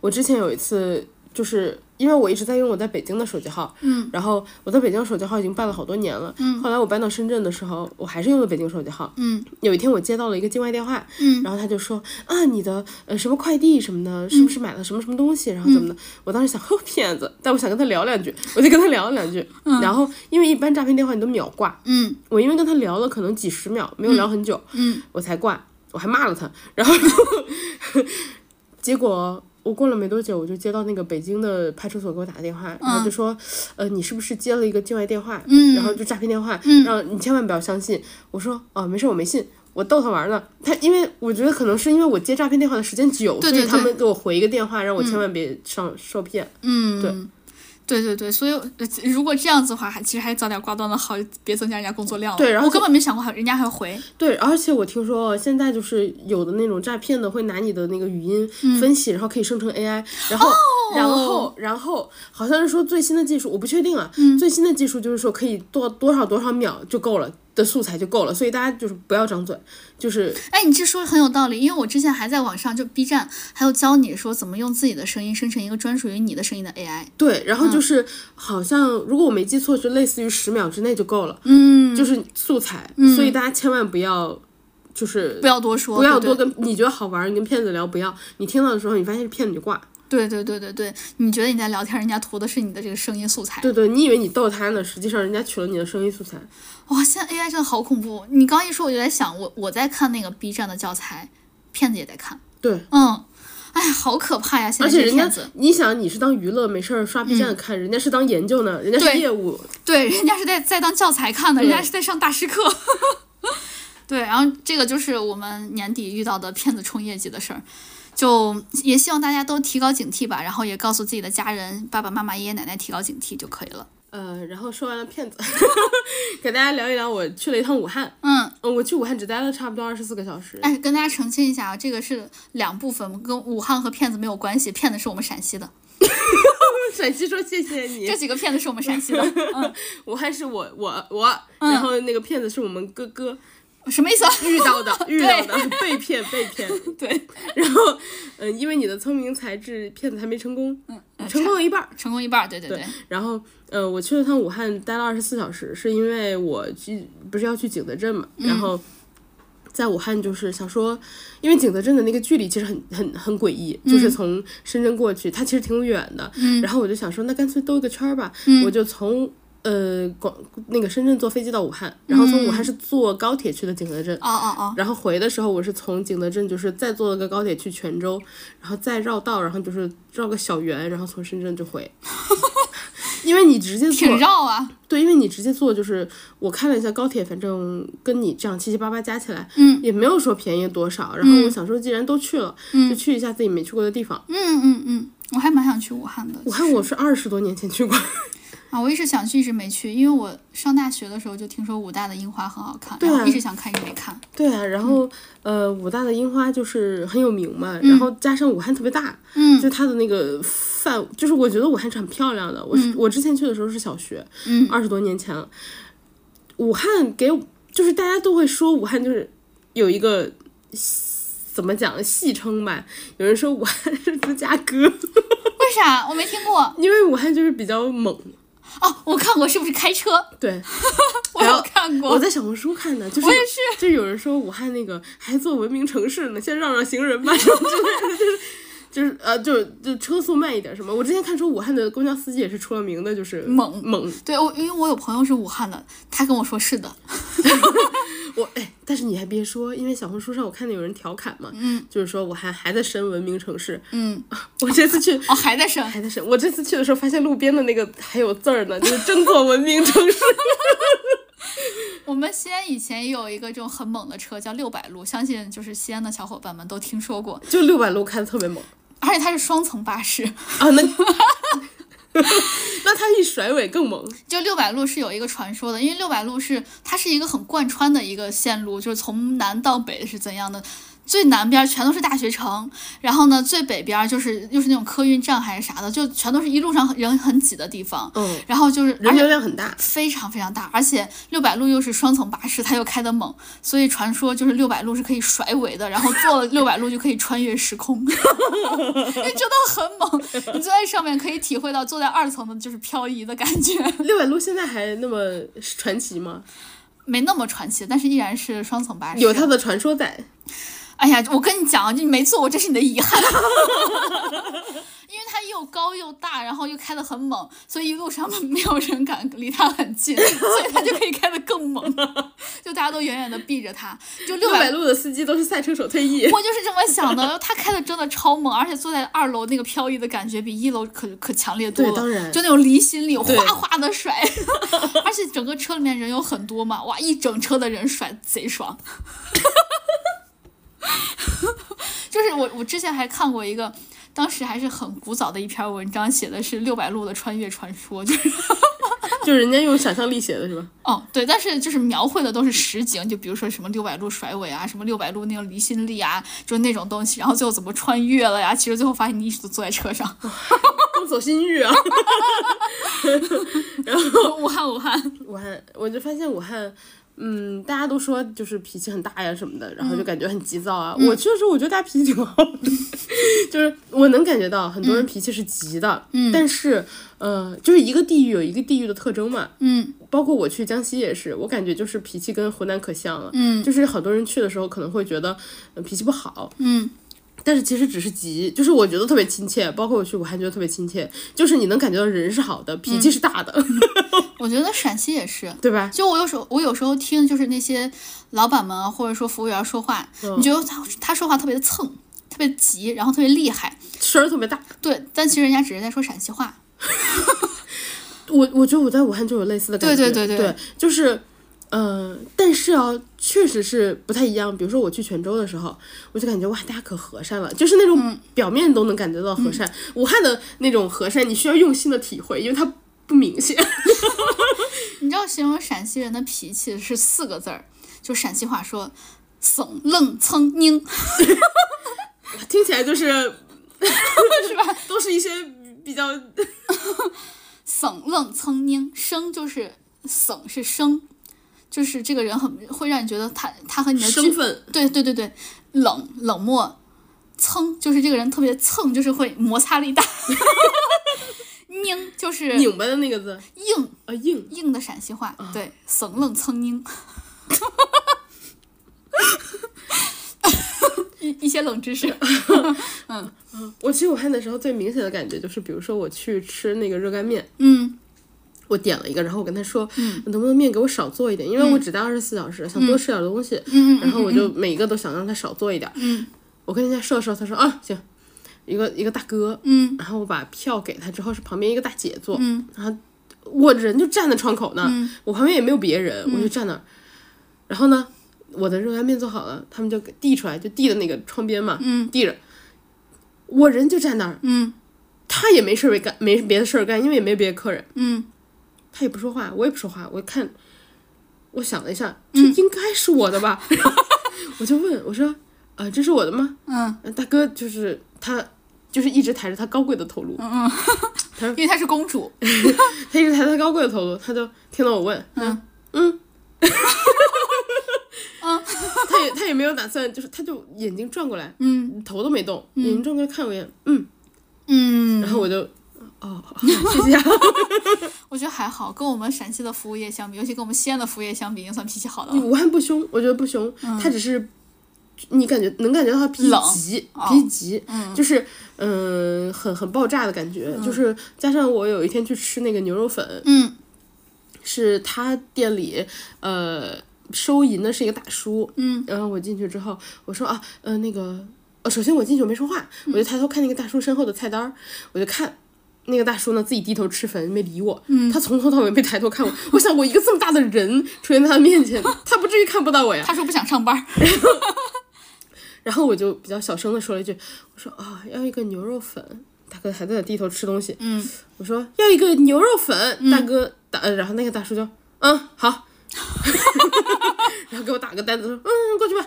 我之前有一次，就是因为我一直在用我在北京的手机号，嗯，然后我在北京的手机号已经办了好多年了，嗯，后来我搬到深圳的时候，我还是用的北京手机号，
嗯，
有一天我接到了一个境外电话，
嗯，
然后他就说啊，你的呃什么快递什么的，
嗯
是不是买了什么什么东西，然后怎么的？我当时想，呵，骗子，但我想跟他聊两句，我就跟他聊了两句，然后因为一般诈骗电话你都秒挂，
嗯
我因为跟他聊了可能几十秒，没有聊很久，
嗯，
我才挂，我还骂了他，然后结果我过了没多久，我就接到那个北京的派出所给我打的电话，然后就说，呃，你是不是接了一个境外电话，
嗯
然后就诈骗电话，
嗯
然后你千万不要相信。我说，哦，没事，我没信。我逗他玩呢，他因为我觉得可能是因为我接诈骗电话的时间久，
对对嗯
所以他
对
们给我回一个电话，让我千万别上受骗。
嗯，
对
对对对，所以呃如果这样子的话，还其实还早点挂断了好，别增加人家工作量了。
对然后
我根本没想过还人家还回，
对，而且我听说现在就是有的那种诈骗的会拿你的那个语音
嗯
分析，然后可以生成 AI，
哦
然后、然后然后好像是说最新的技术，我不确定啊，
嗯
最新的技术就是说可以多多少多少秒就够了的素材就够了，所以大家就是不要张嘴，就是
哎，你这说的很有道理，因为我之前还在网上就 B 站还有教你说怎么用自己的声音生成一个专属于你的声音的 AI。
对，
嗯
然后就是、好像如果我没记错，就类似于十秒之内就够了，
嗯，
就是素材，所以大家千万不要就是
不要多说，
不要
对
多
对
跟你觉得好玩儿，你跟骗子聊不要，你听到的时候你发现是骗子你就挂。
对对对对对，你觉得你在聊天，人家图的是你的这个声音素材。
对对，你以为你逗他呢，实际上人家取了你的声音素材。
哇，现在 AI 真的好恐怖！你刚一说，我就在想，我我在看那个 B 站的教材，骗子也在看。
对，
嗯，哎呀，好可怕呀！现
而
在
且
这些
人家
骗子，，嗯
你想你是当娱乐没事儿刷 B 站看，人家是当研究呢，人家是
对
业务。
对，人家是在在当教材看的，人家是在上大师课。 对，然后这个就是我们年底遇到的骗子冲业绩的事儿，就也希望大家都提高警惕吧，然后也告诉自己的家人、爸爸妈妈、爷爷奶奶提高警惕就可以了。
呃，然后说完了骗子， 给大家聊一聊我去了一趟武汉。
嗯，
嗯，我去武汉只待了差不多二十四个小时。
哎，跟大家澄清一下啊，这个是两部分，跟武汉和骗子没有关系，骗子是我们陕西的，
陕西说谢谢你
这，几个骗子是我们陕 西的，
武汉是我我我，
嗯
然后那个骗子是我们哥哥
什么意思啊？
遇到的遇到的被骗被骗。
对，
然后，嗯、因为你的聪明才智，骗子还没成功，
嗯
成功了一半儿。
成功一半儿，对对对，
然后，呃，我去了趟武汉，待了二十四小时，是因为我去不是要去景德镇嘛，然后在武汉就是想说，因为景德镇的那个距离其实很很很诡异，就是从深圳过去，它其实挺远的。然后我就想说，那干脆兜一个圈儿吧，我就从。呃，广那个深圳坐飞机到武汉，然后从武汉是坐高铁去的景德镇，
哦哦哦，
然后回的时候，我是从景德镇就是再坐了个高铁去泉州，然后再绕道，然后就是绕个小圆，然后从深圳就回。 因为你直接坐
挺，绕啊，
对，因为你直接坐就是我看了一下高铁，反正跟你这样七七八八加起来，
嗯，
也没有说便宜多少。然后我想说，既然都去了，就去一下自己没去过的地方。
嗯嗯嗯，我还蛮想去武汉的
武汉我是二十多年前去过，
啊，我一直想去，一直没去，因为我上大学的时候就听说武大的樱花很好看，然
对
后
啊
一直想看，一直没看，
对啊，然后、呃，武大的樱花就是很有名嘛，然后加上武汉特别大，
嗯
就它的那个范，就是我觉得武汉是很漂亮的。我是、我之前去的时候是小学，
嗯
二十多年前了。武汉给就是大家都会说武汉就是有一个怎么讲戏称吧，有人说武汉是芝加哥，
为啥我没听过？
因为武汉就是比较猛，
哦，我看过，是不是开车？
对。
我有看
哎我
过，
在小红书看的，就是
我也是
就有人说武汉那个还做文明城市呢， 先让让行人吧，什么之类的，就是。就是呃，就就车速慢一点什么。我之前看说武汉的公交司机也是出了名的，就是
猛
猛。
对我，因为我有朋友是武汉的，他跟我说是的，
我哎，但是你还别说，因为小红书上我看到有人调侃嘛，嗯，就是说武汉还在申文明城市。
嗯，
我这次去
哦，还在生，
还在申，我这次去的时候发现路边的那个还有字儿呢，就是真做文明城市。
我们西安以前也有一个这种很猛的车，叫六百路，相信就是西安的小伙伴们都听说过，
就六百路开的特别猛
而且它是双层巴士。
啊，那 那他一甩尾更猛。
就六百路是有一个传说的，因为六百路是它是一个很贯穿的一个线路，就是从南到北是怎样的。最南边全都是大学城，然后呢，最北边就是又是那种客运站还是啥的，就全都是一路上人很挤的地方。
嗯，
然后就是而
人
且
流量很大。
非常非常大，而且六百路又是双层巴士，它又开得猛，所以传说就是六百路是可以甩尾的，然后坐了六百路就可以穿越时空， 因为真的很猛。你坐在上面可以体会到坐在二层的就是漂移的感觉，
哎六百路现在还那么传奇吗？
没那么传奇，但是依然是双层巴士。
有它的传说在。
哎呀，我跟你讲啊，你没坐过，这是你的遗憾。 因为它又高又大，然后又开得很猛，所以一路上没有人敢离它很近，所以它就可以开得更猛，就大家都远远的避着它。就六
六
百
百路的司机都是赛车手退役。
我就是这么想的，他开的真的超猛，而且坐在二楼那个漂移的感觉比一楼可可强烈多了。
对当然
就那种离心力哗
对
哗的甩， 而且整个车里面人有很多嘛，哇，一整车的人甩贼爽。 就是我我之前还看过一个。当时还是很古早的一篇文章，写的是六百路的穿越传说，就是
就是人家用想象力写的是 吧？
哦，对，但是就是描绘的都是实景，就比如说什么六百路甩尾啊，什么六百路那种离心力啊，就是那种东西，然后最后怎么穿越了呀？其实最后发现你一直都坐在车上。
更走心日啊！然后
武汉，武汉，
武汉，我就发现武汉，嗯，大家都说就是脾气很大呀什么的，然后
嗯
就感觉很急躁啊。我确实我觉得大家脾气挺好的， 就是我能感觉到很
嗯
多人脾气是急的，但是呃，就是一个地域有一个地域的特征嘛，
嗯
包括我去江西也是，我感觉就是脾气跟湖南可像了，
嗯
就是很多人去的时候可能会觉得呃脾气不好，
嗯
但是其实只是急，就是我觉得特别亲切，包括我去武汉觉得特别亲切，就是你能感觉到人是好的，脾
嗯
气是大的，
我觉得陕西也是，
对吧？
就我有时候我有时候听就是那些老板们啊，或者说服务员说话，你觉得他他说话特别的蹭，特别急，然后特别厉害，
声儿特别大。
对，但其实人家只是在说陕西话，
我我觉得我在武汉就有类似的感觉，
对对
对
对对
就是，呃，但是啊，确实是不太一样。比如说我去泉州的时候，我就感觉哇，大家可和善了，就是那种表面都能感觉到和善。武汉的那种和善，你需要用心的体会，因为它不明显。
你知道形容陕西人的脾气是四个字儿，就陕西话说。怂愣蹭拧，
听起来就是是吧？都是一些比较
怂愣蹭拧，生就是怂是生，就是这个人很会让你觉得他他和你的距
生分，
对对对对，冷冷漠，蹭就是这个人特别蹭，就是会摩擦力大。拧就是
拧巴的那个字
硬
啊，硬。
硬的陕西话，对，怂愣蹭拧。一一些冷知识，
我去武汉的时候，最明显的感觉就是，比如说我去吃那个热干面，
嗯
我点了一个，然后我跟他说，能不能面给我少做一点，因为我只待二十四小时，想多吃点东西。
嗯嗯嗯
然后我就每一个都想让他少做一点。
嗯
我跟人家说说，他说啊行，一个一个大哥，
嗯
然后我把票给他之后，是旁边一个大姐坐，
嗯
然后我人就站在窗口那儿，我旁边也没有别人，
嗯
我就站那儿。然后呢，我的热干面做好了，他们就给递出来，就递的那个窗边嘛，
嗯
递着，我人就站那儿，
嗯
他也没事儿没干，没别的事儿干，因为也没别的客人。
嗯，
他也不说话，我也不说话。我看，我想了一下，这
嗯
应该是我的 吧？ 然后我就问我说：“呃，这是我的吗？”
嗯
呃大哥就是他，就是一直抬着他高贵的头
嗯
颅，
因为她是公主，
他一直抬着他高贵的头颅，他就听到我问，
嗯
嗯， 他也他也没有打算，就是他就眼睛转过来，
嗯
头都没动，眼睛转过来看我一眼，嗯，
嗯，
然后我就。哦，好谢谢啊！
我觉得还好，跟我们陕西的服务业相比，尤其跟我们西安的服务业相比，已经算脾气好的了。
武汉不凶，我觉得不凶，他只是你感觉能感觉到他脾气
嗯冷
急，
哦
脾气急，
嗯
就是嗯、很很爆炸的感觉，就是加上我有一天去吃那个牛肉粉，
嗯
是他店里呃收银的是一个大叔，
嗯
然后我进去之后，我说啊，呃那个，呃首先我进去我没说话，我就抬头看那个大叔身后的菜单儿，我就看。那个大叔呢，自己低头吃粉，没理我。他从头到尾没抬头看我。我想，我一个这么大的人出现在他面前，他不至于看不到我呀。
他说不想上班儿。
然后我就比较小声的说了一句：“我说啊、要一个牛肉粉。”大哥还在低头吃东西。
嗯，
我说要一个牛肉粉。大哥打，呃然后那个大叔就嗯好， 然后给我打个单子说嗯过去吧。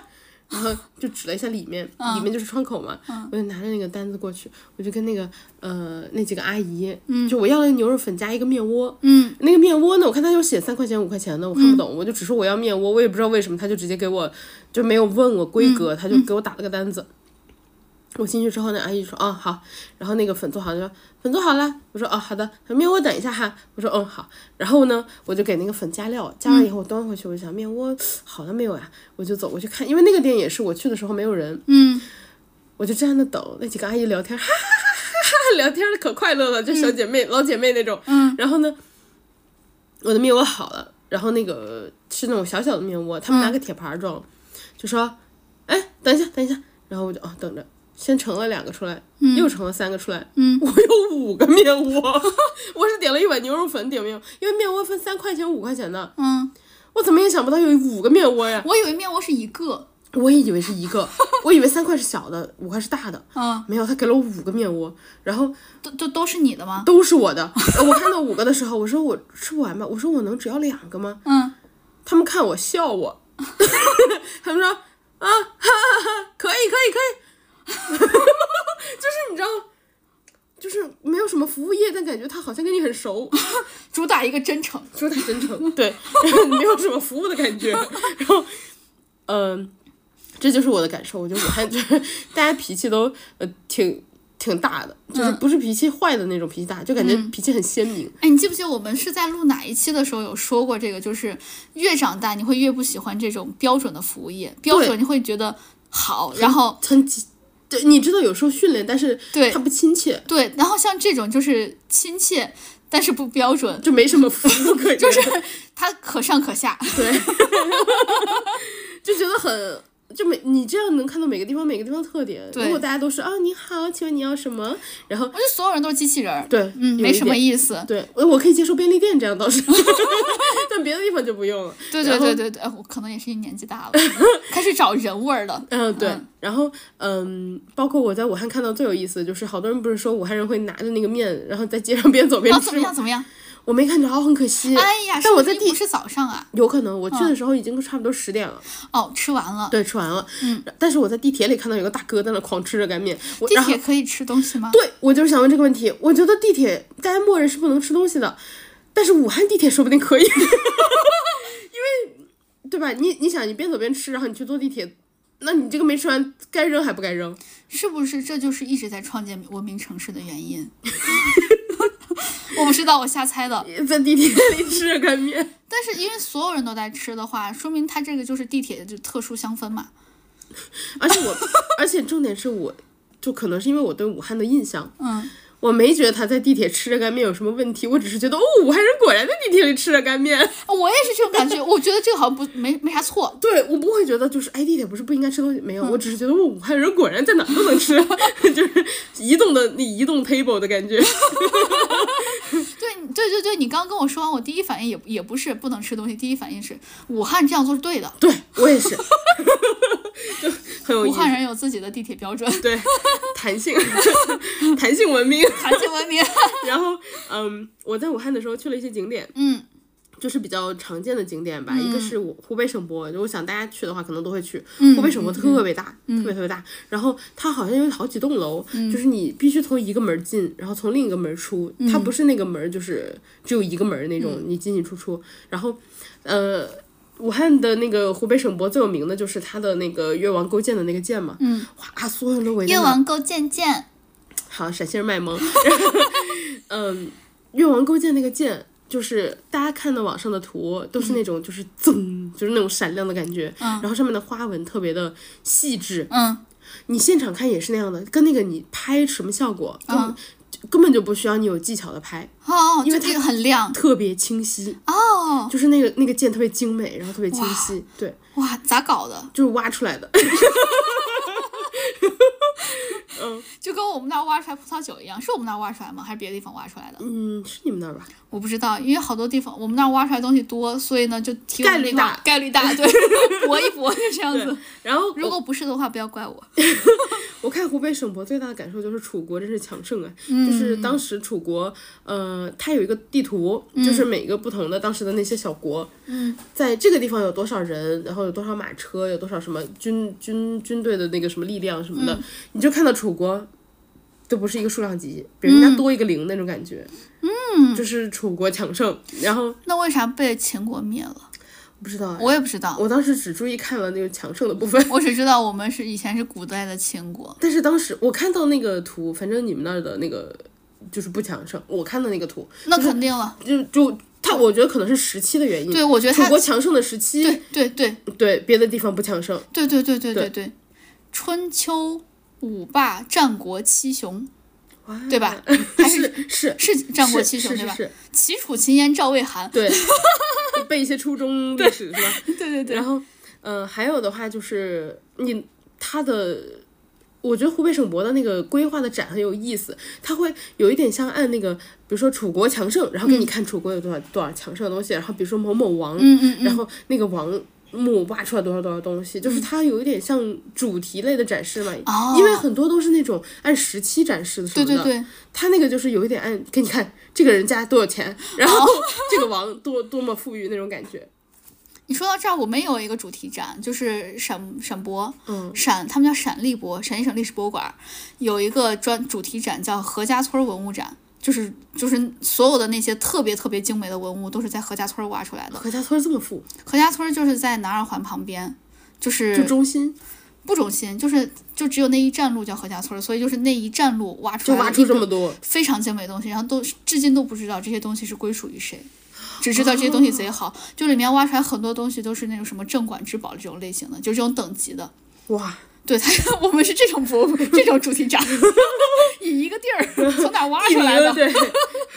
然后就指了一下里面，里面就是窗口嘛，我就拿着那个单子过去，我就跟那个呃那几个阿姨，就我要了牛肉粉加一个面窝，
嗯
那个面窝呢？我看他有写三块钱、五块钱的，我看不懂，我就只说我要面窝，我也不知道为什么，他就直接给我就没有问我规格，他就给我打了个单子。我进去之后，那阿姨说：“哦，好。”然后那个粉做好了，就说：“粉做好了。”我说：“哦，好的。”他说：“面窝等一下哈。”我说：“嗯，好。”然后呢，我就给那个粉加料，加完以后我端回去，我就想面窝好了没有呀？我就走过去看，因为那个店也是我去的时候没有人，
嗯
我就站在那等那几个阿姨聊天，哈哈哈哈哈哈，聊天的可快乐了，就小姐妹、老姐妹那种。
嗯，
然后呢，我的面窝好了，然后那个是那种小小的面窝，他们拿个铁盘装，就说，哎，等一下，等一下，然后我就哦等着，先盛了两个出来，又盛了三个出来，
嗯，
我有五个面 窝，我是点了一碗牛肉粉点面窝，因为面窝分三块钱、五块钱的，
嗯，
我怎么也想不到有五个面窝呀，
我以为面窝是一个，
我也以为是一 个，我以为三块是小的，五块是大的，
嗯，
没有，他给了我五个面窝，然后
都都都是你的吗？
都是 我的。我看到五个的时候，我说我吃不完吧，我说我能只要两个吗？
嗯，
他们看我 笑我，他们说啊，哈哈哈，可以可以可以， 就是你知道，就是没有什么服务业，但感觉他好像跟你很熟，
主打一个真诚。
说他真诚，对，然后没有什么服务的感觉，然后，嗯、这就是我的感受，我觉得武汉就是大家脾气都呃挺挺大的，就是不是脾气坏的那种脾气大，就感觉脾气很鲜明。
哎，你记不记得我们是在录哪一期的时候有说过这个？就是越长大，你会越不喜欢这种标准的服务业，标准你会觉得好，然后
很急，对，你知道有时候训练，但是
对
他不亲切，
对，然后像这种就是亲切，但是不标准，
就没什么服务可言，就是
它可上可下。
对，就觉得很。就每你这样能看到每个地方每个地方特点。
对
如果大家都是啊你好，请问你要什么？然后
我觉得所有人都是机器人儿，
对，
嗯，
有
没
一
什么
点
意思。
对，呃我我可以接受便利店这样 倒是，但别的地方就不用了。
对对
然后
对对对，哎我可能也是因为年纪 大了，开始找人味儿了。
嗯，对
嗯，
然后嗯，包括我在武汉看到最有意思的就是，好多人不是说武汉人会拿着那个面，然后在街上边走边
啊，怎
吃
么
吗？
样怎么样？
我没看着，哦很可惜。
哎呀，
但我在
是不是
地
不是早上啊，
有可能我去的时候已经差不多十点了，
哦，吃完了。
对，吃完了。嗯，但是我在地铁里看到有个大哥在那狂吃热干面，我
地
然后
铁可以吃东西吗？
对我就是想问这个问题，我觉得地铁大家默认是不能吃东西的，但是武汉地铁说不定可以， 因为对吧？你你想，你边走边吃，然后你去坐地铁，那你这个没吃完该扔还不该扔？
是不是这就是一直在创建文明城市的原因？ 我不知道，我瞎猜的。
在地铁里吃热干面，
但是因为所有人都在吃的话，说明它这个就是地铁的就特殊香氛嘛。
而且我，而且重点是我，就可能是因为我对武汉的印象，
嗯，
我没觉得他在地铁吃热干面有什么问题，我只是觉得哦，武汉人果然在地铁里吃热干面。
哦我也是这种感觉。我觉得这个好像不没没啥错。
对我不会觉得就是哎，地铁不是不应该吃东西，没有，我只是觉得我武汉人果然在哪儿都能吃，就是移动的那移动 table 的感觉。
对对对对，你刚跟我说完，我第一反应也也不是不能吃东西，第一反应是武汉这样做是对的。
对我也是，就很有
武
意思
汉。人有自己的地铁标准，
对，弹性， 弹性文明。
弹性 文明。
然后，嗯，我在武汉的时候去了一些景点，
嗯，
就是比较常见的景点吧。一个是我湖北省博，就我想大家去的话可能都会去。
嗯
湖北省博特别大，特别特别大。然后它好像有好几栋楼，
嗯
就是你必须从一个门进，然后从另一个门出。它不是那个门，就是只有一个门那种，
嗯
你进进出出。然后，呃。武汉的那个湖北省博最有名的就是它的那个越王勾践的那个剑嘛，嗯，哇，所有人都围着
越
那儿
王勾践剑，
好，陕西人卖萌。 嗯，越王勾践那个剑，就是大家看到网上的图，都是那种就是噌、就是那种闪亮的感觉，然后上面的花纹特别的细致。
嗯，
你现场看也是那样的，跟那个你拍什么效果，根本、就根本就不需要你有技巧的拍，
哦，
因为
就
它
这个很亮
特别清晰，
哦，
就是那个那个剑特别精美，然后特别清晰，对，
哇，咋搞的？
就是挖出来的。
就跟我们那儿挖出来葡萄酒一样，是我们那儿挖出来吗？还是别的地方挖出来的？
嗯，是你们那儿吧？
我不知道，因为好多地方我们那儿挖出来东西多，所以呢就提我们
概率
地方
大
概率大，对， 搏一搏就这样子。
然后
如果不是的话，不要怪我。
我看湖北省博最大的感受就是楚国真是强盛啊！就是当时楚国，呃，它有一个地图，就是每个不同的当时的那些小国，
嗯，
在这个地方有多少人，然后有多少马车，有多少什么军军军队的那个什么力量什么的，你就看到楚国都不是一个数量级，比人家多一个零那种感觉，嗯，就是楚国强盛。然后
那为啥被秦国灭了？
不知道啊，
我也不知 道，
我当时只注意看了那个强盛的部分，
我只知道我们是以前是古代的秦国。
但是当时我看到那个图，反正你们那儿的那个就是不强盛，我看到那个图，
那肯定了，
就就它，我觉得可能是时期的原因。
对，我觉得
楚
他，
国强盛的时期，
对对对
对别的地方不强盛，
对对对对对对，春秋五霸，战国七雄，对吧？还是
是是
是战国七
是
雄
是
对吧？
是，
齐楚秦燕赵魏 韩，
对，就背一些初中历史是吧？
对对对
然后，嗯、还有的话就是你它的。我觉得湖北省博的那个规划的展很有意思，它会有一点像按那个，比如说楚国强盛，然后给你看楚国有多少、多少强盛的东西，然后比如说某某王，
嗯嗯嗯嗯，嗯
然后那个王母挖出来多少多少东西，就是它有一点像主题类的展示嘛，
哦
因为很多都是那种按时期展示的什
对
么的，
对对，
他那个就是有一点按给你看这个人家多有钱，然
哦
后这个王多多么富裕那种感 觉，
你说到这儿，我们也有一个主题展，就是陕陕博，
嗯，
陕他们叫陕历博，陕西省历史博物馆有一个专主题展叫何家村文物展，就是就是所有的那些特别特别精美的文物都是在何啊家村挖出来的。
何家村这么富，
何家村就是在南二环旁边，就是
就中心
不中心，就是就只有那一站路叫何家村，所以就是那一站路挖出
就
来
挖
了
出
一
这
个
么多，
非常精美的东西，然后都至今都不知道这些东西是归属于谁，只知道这些东西贼好，就里面挖出来很多东西都是那种什么镇馆之宝这种类型的，就这种等级的。
哇，
对，它我们是这种博物，这种主题展，以一个地儿从哪儿挖出来
一
的
个，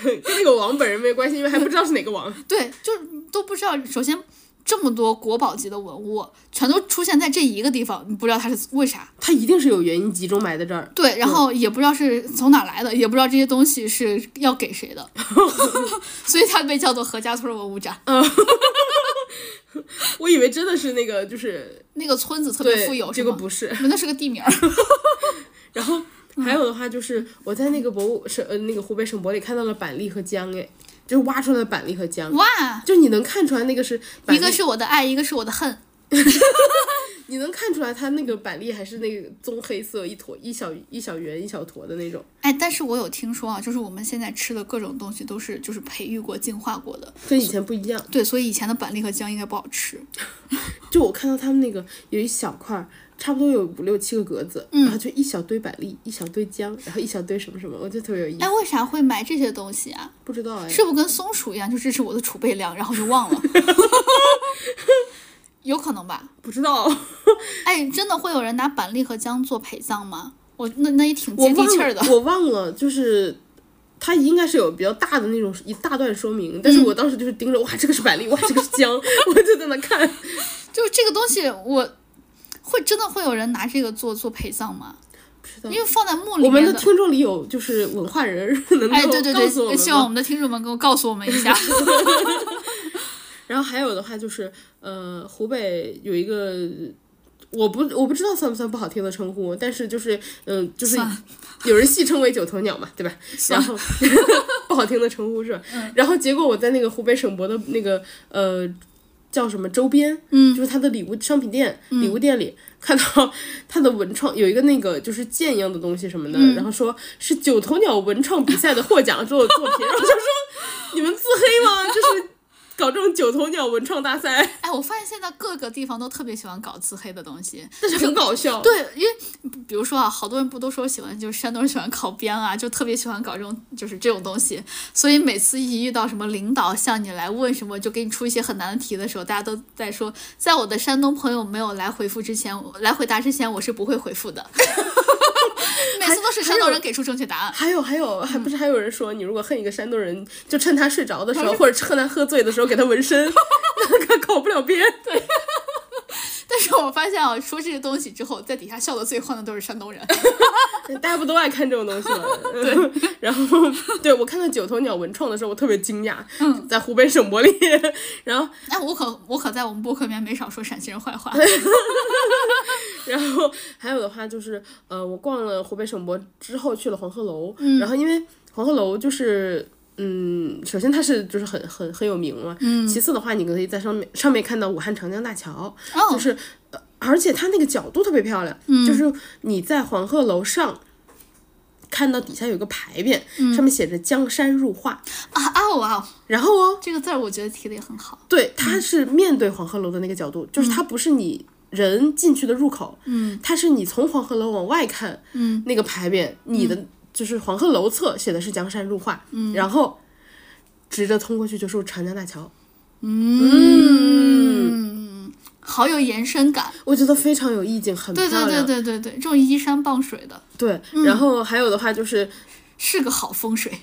对， 跟那个王本人没关系，因为还不知道是哪个王，
对，就是都不知道。首先，这么多国宝级的文物全都出现在这一个地方，你不知道它是为啥。
他一定是有原因集中埋在这儿，
对，然后也不知道是从哪儿来的，也不知道这些东西是要给谁的， 所以它被叫做何家村文物展。
我以为真的是那个就是
那个村子特别
对
富有，
结
是
果
吗
不 是，
那是个地名儿。
然后。还有的话就是我在那个博物省呃那个湖北省博里看到了板栗和姜哎，就是挖出来的板栗和姜，
哇，
就你能看出来那个是板
一
栗
个是我的爱，一个是我的恨。
你能看出来它那个板栗还是那个棕黑色一坨一小一小圆一小坨的那种，
哎，但是我有听说啊，就是我们现在吃的各种东西都是就是培育过、进化过的，
跟以前不一样。
对，所以以前的板栗和姜应该不好吃。
就我看到他们那个有一小块儿，差不多有五六七个格子，
嗯
然后就一小堆板栗，一小堆姜，然后一小堆什么什么，我觉得特别有意思。
哎，为啥会买这些东西啊？
不知道哎，
是不是跟松鼠一样，就这是我的储备粮，然后就忘了？ 有可能吧？
不知道，
哎，真的会有人拿板栗和姜做陪葬吗？我那那也挺
我
接地
忘
气儿
了
的，。
我忘了，就是。它应该是有比较大的那种一大段说明，
嗯
但是我当时就是盯着，哇，这个是板栗，哇，这个是姜， 我就在那 看。
就这个东西，我会真的会有人拿这个做做陪葬吗？
不知道
因，为放在墓
我
哦里
们
面
的
的。
听众里有就是文化人儿， 能够
哎，对对
告诉我
对，
们
希
吗
望我们的听众们给我告诉我们一下。
然后还有的话就是，呃，湖北有一个，我不我不知道算不算不好听的称呼，但是就是，嗯、就是 有人戏称为九头鸟嘛，对吧？然后 不好听的称呼是吧？然后结果我在那个湖北省博的那个呃叫什么周边，嗯，就是它的礼物商品店、礼物店里看到 它的文创有一个那个就是剑一样的东西什么的，然后说是九头鸟文创比赛的获奖作作品， 然后就说你们自黑吗？就是。搞这种九头鸟文创大赛，
哎，我发现现在各个地方都特别喜欢搞自黑的东西。
但是很搞笑。
对，因为比如说啊，好多人不都说喜欢，就是山东人喜欢烤边啊，就特别喜欢搞这种就是这种东西。所以每次一遇到什么领导向你来问什么，就给你出一些很难的题的时候，大家都在说，在我的山东朋友没有来回复之前，我来回答之前，我是不会回复的。 每次都是山东人给出正确答案。
还有还有，还不是还有人说，你如果恨一个山东人，就趁他睡着的时候，或者趁他喝醉的时候给他纹身， 那个搞不了边。
但是我发现啊，说这些东西之后，在底下笑的最欢的都是山东人。
大家不都爱看这种东西吗？对。 然后，对我看到九头鸟文创的时候，我特别惊讶，在湖北省博里。 然后，
哎，我可我可在我们播客里面没少说陕西人坏话。
然后还有的话就是，呃，我逛了湖北省博之后去了黄鹤楼，然后因为黄鹤楼就是。嗯，首先它是就是很很很有名嘛，嗯，其次的话，你可以在上面上面看到武汉长江大桥，
哦
就是，呃而且它那个角度特别漂亮，就是你在黄鹤楼上看到底下有个牌匾，上面写着“江山入画
啊啊哇哦，”，
然后哦，
这个字儿我觉得提的也很好。
对，它是面对黄鹤楼的那个角度，
嗯
就是它不是你人进去的入口，嗯，它是你从黄鹤楼往外看，嗯，那个牌匾，你的
嗯
就是黄鹤楼侧写的是江山入画，嗯，然后直着通过去就是长江大桥，
嗯好有延伸感，
我觉得非常有意境，很漂
对对
亮，
对嗯对对对，这种依山傍水的
对然后还有的话就是，
是个好风 水。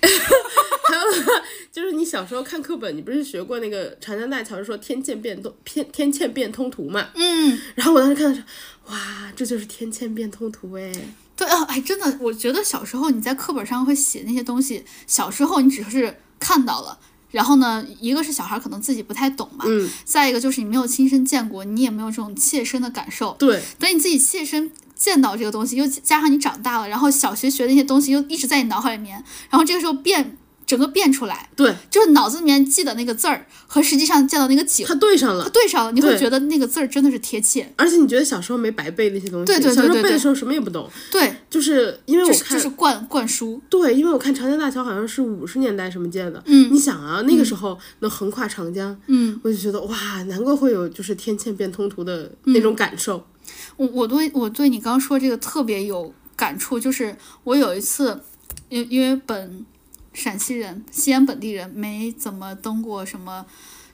就是你小时候看课本，你不是学过那个长江大桥是说天堑变通天天堑变通途嘛？
嗯，
然后我当时看的时候，哇，这就是天堑变通途哎，
对啊，哎，真的，我觉得小时候你在课本上会写那些东西，小时候你只是看到了。然后呢，一个是小孩可能自己不太懂嘛，
嗯，
再一个就是你没有亲身见过，你也没有这种切身的感受。
对，
等你自己切身见到这个东西，又加上你长大了，然后小学学的那些东西又一直在你脑海里面，然后这个时候变整个变出来，
对，
就是脑子里面记的那个字儿和实际上见到那个景，
它对上
它
了。
对上了，你会
对
觉得那个字儿真的是贴切。
而且你觉得小时候没白背那些东西，
对对对
小时
对
候背
对
的时候什么也不懂，
对，
就是因为我
就
看、
是就是灌灌输。
对，因为我看《长江大桥》好像是五十年代什么建的，嗯，你想啊，那个时候能横跨长江，
嗯，
我就觉得哇，难怪会有就是天堑变通途的那种感受，
我我对我对你刚说这个特别有感触，就是我有一次，因因为本陕西人、西安本地人没怎么登过什么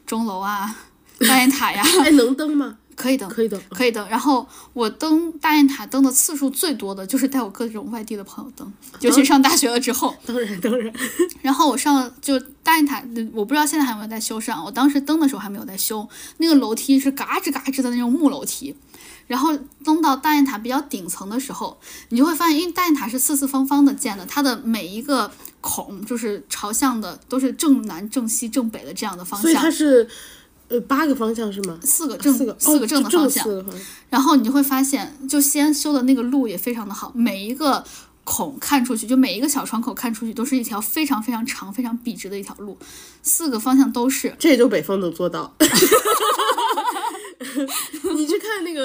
钟楼啊、大雁塔 呀，
哎，能登吗？
嗯可以登，
可以登，
可以登。然后我登大雁塔登的次数最多的就是带我各种外地的朋友登，
啊
尤其是上大学了之后。
当然当然，
然后我上就大雁塔，我不知道现在还有没有在修缮，我当时登的时候还没有在修。那个楼梯是嘎吱嘎吱的那种木楼梯。然后登到大雁塔比较顶层的时候，你就会发现，因为大雁塔是四四方方的建的，它的每一个孔就是朝向的都是正南、正西、正北的这样的方
所以
向
它，是呃八个方向是吗？
四个正
四个哦
四个正
正
的方向。
四个方向，
然后你就会发现，就西安修的那个路也非常的好，每一个孔看出去，就每一个小窗口看出去，都是一条非常非常长、非常笔直的一条路，四个方向都是。
这也就北方能 做到。你去看那个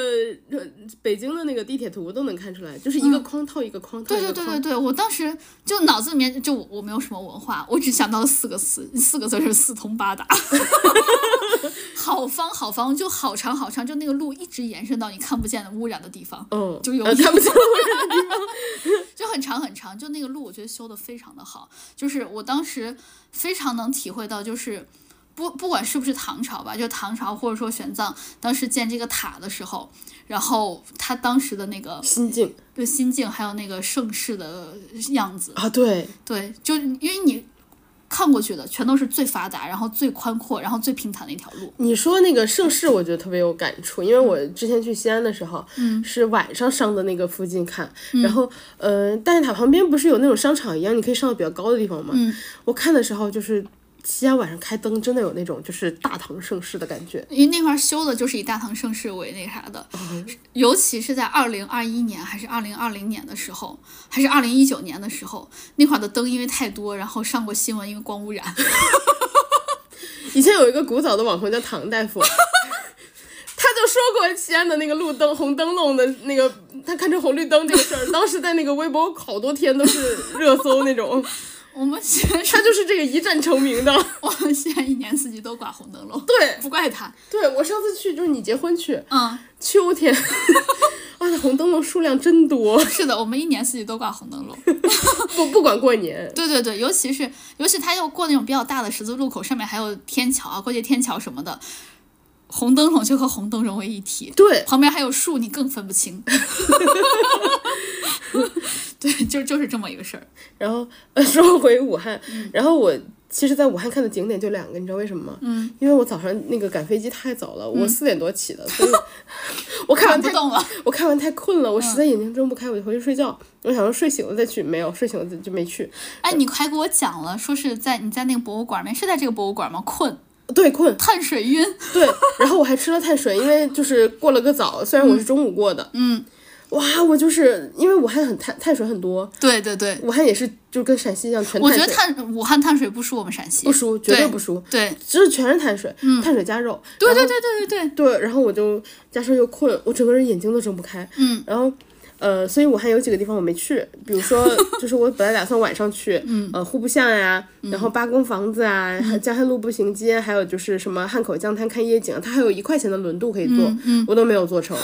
呃北京的那个地铁图，都能看出来，就是一个框套一个框套
嗯对
一
对
个
对
框。
对对，我当时就脑子里面就我我没有什么文化，我只想到了四个词，四个字是四通八达， 好方好方，就好长好长，就那个路一直延伸到你看不见的污染的地方，
嗯，
就有
呃
一
看不见
就很长很长，就那个路我觉得修的非常的好，就是我当时非常能体会到，就是不不管是不是唐朝吧，就唐朝或者说玄奘当时建这个塔的时候，然后他当时的那个
心境
就心境，还有那个盛世的样子，
啊，对，
对，就因为你看过去的全都是最发达，然后最宽阔，然后最平坦的一条路，
你说那个盛世，我觉得特别有感触，
嗯
因为我之前去西安的时候，嗯，是晚上上的那个附近看，
嗯
然后，呃，大雁塔旁边不是有那种商场一样，你可以上到比较高的地方吗？
嗯，
我看的时候就是西安晚上开灯，真的有那种就是大唐盛世的感觉。
因为那块儿修的就是以大唐盛世为那啥的，尤其是在二零二一年还是二零二零年的时候，还是二零一九年的时候，那块儿的灯因为太多，然后上过新闻，因为光污染。
以前有一个古早的网红叫唐大 夫，他就说过西安的那个路灯红灯笼的那个，他看成红绿灯这个事儿，当时在那个微博好多天都是热搜那种，
我们现在
他就是这个一战成名的。
我们现在一年四季都挂红灯笼，
对
不怪他。
对，我上次去就是你结婚去，
嗯，
秋天， 啊，那红灯笼数量真多，
嗯是的，我们一年四季都挂红灯笼。
不不管过年，
对对对，尤其是尤其他要过那种比较大的十字路口，上面还有天桥啊，过街天桥什么的，红灯笼就和红灯笼为一体。
对，
旁边还有树，你更分不 清。对，就就是这么一个事儿。
然后 呃，说回武汉，
嗯
然后我其实，在武汉看的景点就两个，你知道为什么吗？嗯，因为我早上那个赶飞机太早了，我四点多起的，所以 我看
嗯看不
完
嗯
太
动了，
我看完太困了，我实在眼睛睁不开，我就回去睡觉。我想说睡醒了再去，没有睡醒了就没去。
哎，你还给我讲了，说是在你在那个博物馆里面，是在这个博物馆吗？困，
对，困，
碳水晕，
对，然后我还吃了碳水，因为就是过了个早，虽然我是中午过的，
嗯，
哇，我就是因为武汉很碳碳水很多，
对对对，
武汉也是就跟陕西一样全
我
碳
觉
水，
得碳武汉碳水不输我们陕西，
不输，绝对
对
不输，
对
就是全是碳水，碳水加肉，
嗯对对对对对对，
对，然后我就加上又困，我整个人眼睛都睁不开。
嗯，
然后呃，所以武汉有几个地方我没去，比 如说就是我本来打算晚上去，嗯，呃，户部巷呀、
嗯
然后八公房子啊，还江汉路步行街，还有就是什么汉口江滩看夜景，啊它还有一块钱的轮渡可以坐，
嗯
我都没 有坐成。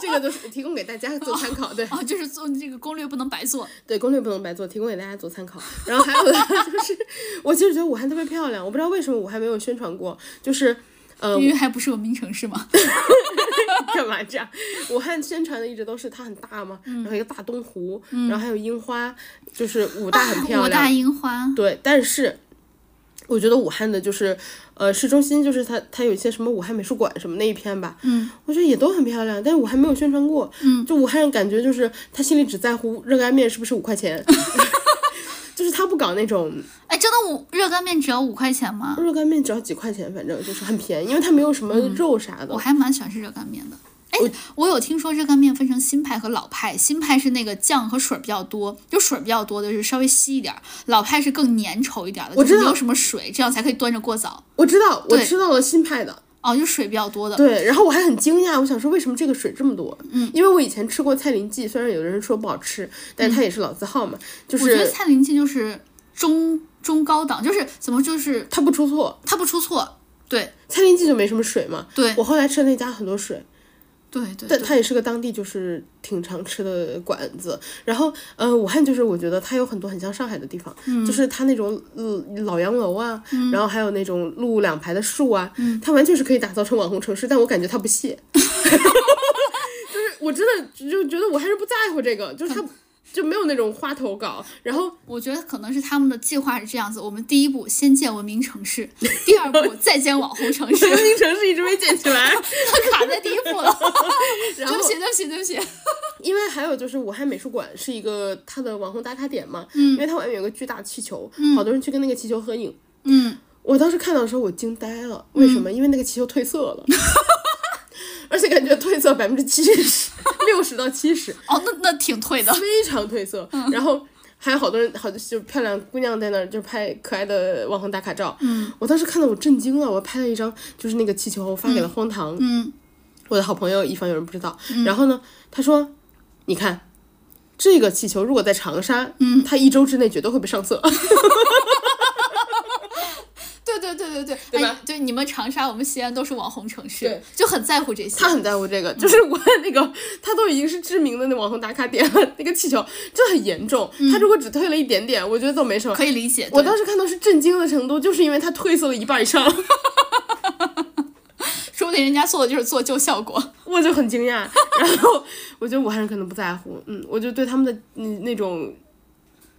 这个就是提供给大家做参考，对
哦，就是做这个攻略不能白做，
对，攻略不能白做，提供给大家做参考。然后还有的 就是，我其实觉得武汉特别漂亮，我不知道为什么武汉没有宣传过，就是呃
因为还不是文明城市嘛。
干嘛这样？武汉宣传的一直都是它很大嘛，
嗯
然后一个大东湖，然后还有樱花，就是武大很漂
我嗯啊大
亮。
樱花，
对，但是我觉得武汉的就是呃市中心，就是它它有一些什么武汉美术馆什么那一片吧，
嗯，
我觉得也都很漂亮，但是武汉没有宣传过。嗯，就武汉人感觉 就是他心里只在乎热干面是不是五块钱，就是他不搞那种
哎，真的五热干面只要五块钱吗？
热干面只要几块钱，反正就是很便宜，因为它没有什么肉啥的。
嗯我还蛮喜欢吃热干面的。哎
我，
我有听说热干面分成新派和老派，新派是那个酱和水儿比较多，就水儿比较多的就是稍微稀一点儿，老派是更粘稠一点儿的，
我
就是
知
没
道
有什么水，这样才可以端着过早。
我知道，我
对
吃到了新派的。
哦，就水比较多的，
对，然后我还很惊讶，我想说为什么这个水这么多？嗯，因为我以前吃过蔡林记，虽然有的人说不好吃，但是它也是老字号嘛，就
嗯我觉得
是
蔡林记就是中中高档，就是怎么就是
它不出错。
它不出错，对
蔡林记就没什么水嘛，
对
我后来吃的那家很多水，
对对对，
但它也是个当地就是挺常吃的馆子。然后，呃，武汉就是我觉得它有很多很像上海的地方，就是它那种呃老洋楼啊，然后还有那种路两排的树啊，它完全是可以打造成网红城市，但我感觉它不屑。就是我真的就觉得我还是不在乎这个，就是它就没有那种花头搞，然后
我觉得可能是他们的计划是这样子：我们第一步先建文明城市，第二步再建网红城市
文，明城市一直没建起来。
卡在第一步了。对
然后
不起，对不起，对不起。
因为还有就是武汉美术馆是一个它的网红打卡点嘛，因为它外面有个巨大的气球，好多人去跟那个气球合影。
嗯，
我当时看到的时候我惊呆了，为什么？因为那个气球褪色了， 而且感觉褪色百分之七十，六十到七十，
哦，那那挺退的。
非常褪色。然后还有好多人，好就漂亮姑娘在那儿就拍可爱的网红打卡照。嗯，我当时看到我震惊了，我拍了一张就是那个气球，我发给了荒唐，
嗯，
我的好朋友，以防有人不知道。然后呢，他说：“你看，这个气球如果在长沙，嗯，它一周之内绝对会被上色。
对对对对对，
对吧
哎？对，你们长沙，我们西安都是网红城市
对，
就很在乎这些
他。很在乎这个，就是我那个，他都已经是知名的那网红打卡点了，那个气球这很严重。他如果只退了一点点，我觉得都没什么。
可以理解，
我
对
当时看到是震惊的程度，就是因为它褪色了一半以上，
说不定人家做的就是做旧效果。
我就很惊讶。然后我觉得武汉人可能不在乎，嗯，我就对他们的嗯那种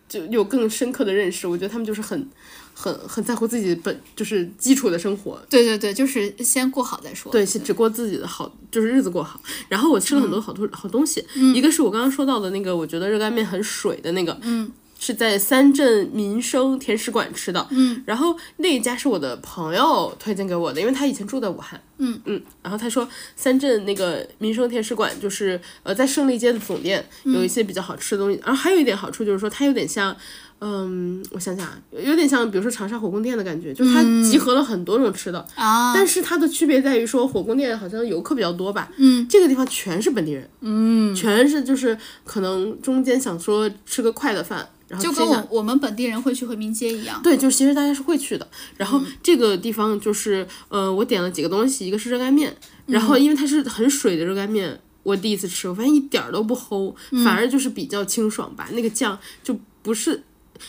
就有更深刻的认识。我觉得他们就是很很很在乎自己本就是基础的生活，
对对对，就是先过好再说。
对，是只过自己的嗯好，就是日子过好。然后我吃了很多好多、好东西，一个是我刚刚说到的那个，我觉得热干面很水的那个，嗯，是在三镇民生甜食馆吃的，嗯，然后那一家是我的朋友推荐给我的，因为他以前住在武汉，嗯嗯，然后他说三镇那个民生甜食馆就是呃在胜利街的总店有一些比较好吃的东西，然后还有一点好处就是说它有点像。嗯，我想想啊，有点像比如说长沙火宫殿的感觉，就是它集合了很多种吃的，
啊，
但是它的区别在于说，火宫殿好像游客比较多吧，嗯，这个地方全是本地人，嗯，全是就是可能中间想说吃个快的饭，然后
就
吃
跟
一下
我我们本地人会去回民街一样。
对，就是其实大家是会去的。然
嗯
后这个地方就是，呃，我点了几个东西，一个是热干面，
嗯
然后因为它是很水的热干面，我第一次吃，我发现一点儿都不齁，
嗯
反而就是比较清爽吧。那个酱就不是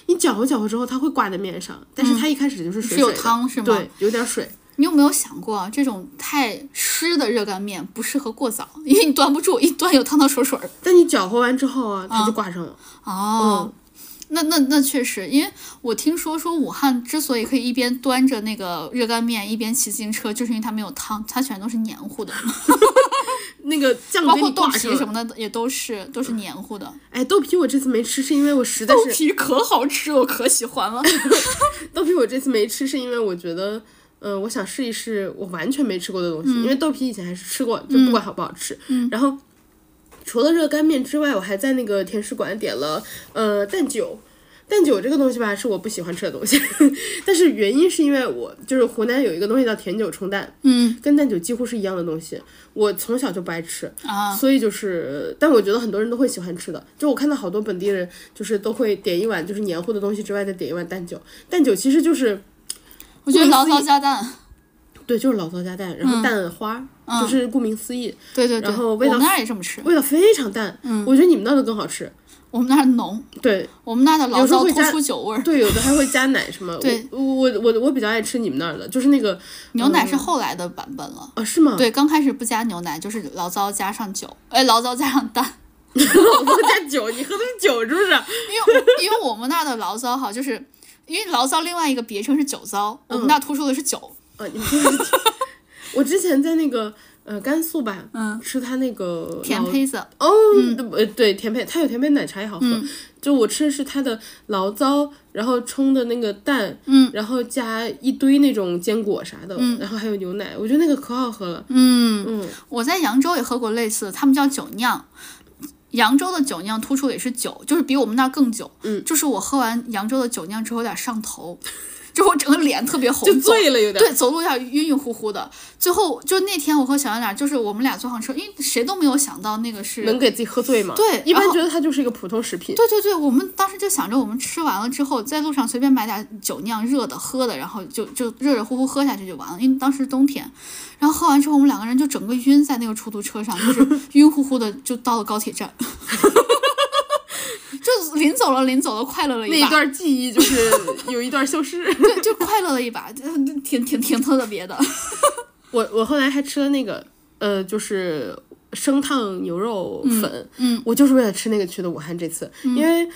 你搅和搅和之后，它会挂在面上，但是它一开始就是水
嗯是有
水的
汤是吗
对，有点水。
你有没有想过，啊这种太湿的热干面不适合过早，因为你端不住，一端有汤汤水水儿。
但你搅和完之后啊，
嗯
它就挂上了。
哦，那那那确实，因为我听说说武汉之所以可以一边端着那个热干面一边骑自行车，就是因为它没有汤，它全都是黏糊的，
那个酱
包
给
括
你
豆
挂
皮
上
什
了。
么的也都是都是黏糊的。
哎，豆皮我这次没吃，是因为我实在
豆
是
皮可好吃，我可喜欢了。
豆皮我这次没吃，是因为我觉得，嗯、我想试一试我完全没吃过的东西，
嗯
因为豆皮以前还是吃过，就不管好不好吃。然后除了热干面之外，我还在那个甜食馆点了呃蛋酒。蛋酒这个东西吧，是我不喜欢吃的东西， 但是原因是因为我就是湖南有一个东西叫甜酒冲蛋，
嗯
跟蛋酒几乎是一样的东西，我从小就不爱吃，
啊，
所以就是，但我觉得很多人都会喜欢吃的。就我看到好多本地人，就是都会点一碗就是黏糊的东西之外，再点一碗蛋酒。蛋酒其实就是
我觉得
顾名
醪
思
糟
义
加蛋，
对，就是醪糟加蛋，然
嗯
后蛋花，就是顾名思义，
对对对，
然后
我
味道
们那儿也这么吃，
味道非常淡。
嗯
我觉得你们那儿的更好吃。
我们那儿浓，
对
我们那儿的醪
有时候
糟
会
突
加
出酒味儿，
对，有的还会加奶什么。
对
我我我我比较爱吃你们那儿的，就是那个
牛奶是后来的版本了。
啊，是吗？
对，刚开始不加牛奶，就是醪糟加上酒，哎，醪糟加上蛋。
醪糟加酒，你喝的是酒是不是？
因为我因为我们那儿的醪糟哈，就是因为醪糟另外一个别称是酒糟，我们
嗯
那儿突出的是酒。
啊，你们真的是 我之前在那个呃甘肃吧，嗯，吃他那个
甜
老
胚子，
嗯哦，呃、对，甜配，它有甜配奶茶也好喝。就我吃的是它的醪糟，然后冲的那个蛋，嗯，然后加一堆那种坚果啥的，嗯，然后还有牛奶，我觉得那个可好喝了，
嗯嗯，我在扬州也喝过类似的，他们叫酒酿。扬州的酒酿突出也是酒，就是比我们那儿更酒。嗯，就是我喝完扬州的酒酿之后有点上头， 就我整个脸特别红，
就醉了有点。
对，走路有点晕晕乎乎的。最后就那天我和小圆脸，就是我们俩坐上车，因为谁都没有想到那个是
能给自己喝醉吗？
对，
一般觉得它就是一个普通食品。
对对对，我们当时就想着我们吃完了之后，在路上随便买点酒酿热的喝的，然后就就热热乎乎喝下去就完了，因为当时冬天。然后喝完之后，我们两个人就整个晕在那个出租车上，就是 晕乎乎的，就到了高铁站。 就临走了，临走了，快乐了一
那
把。
一段记忆就是有一段消失。
对，就快乐了一把，就挺挺挺特别的。
我我后来还吃了那个呃，就是生烫牛肉粉，嗯，我就是为了吃那个去的武汉这次，因为。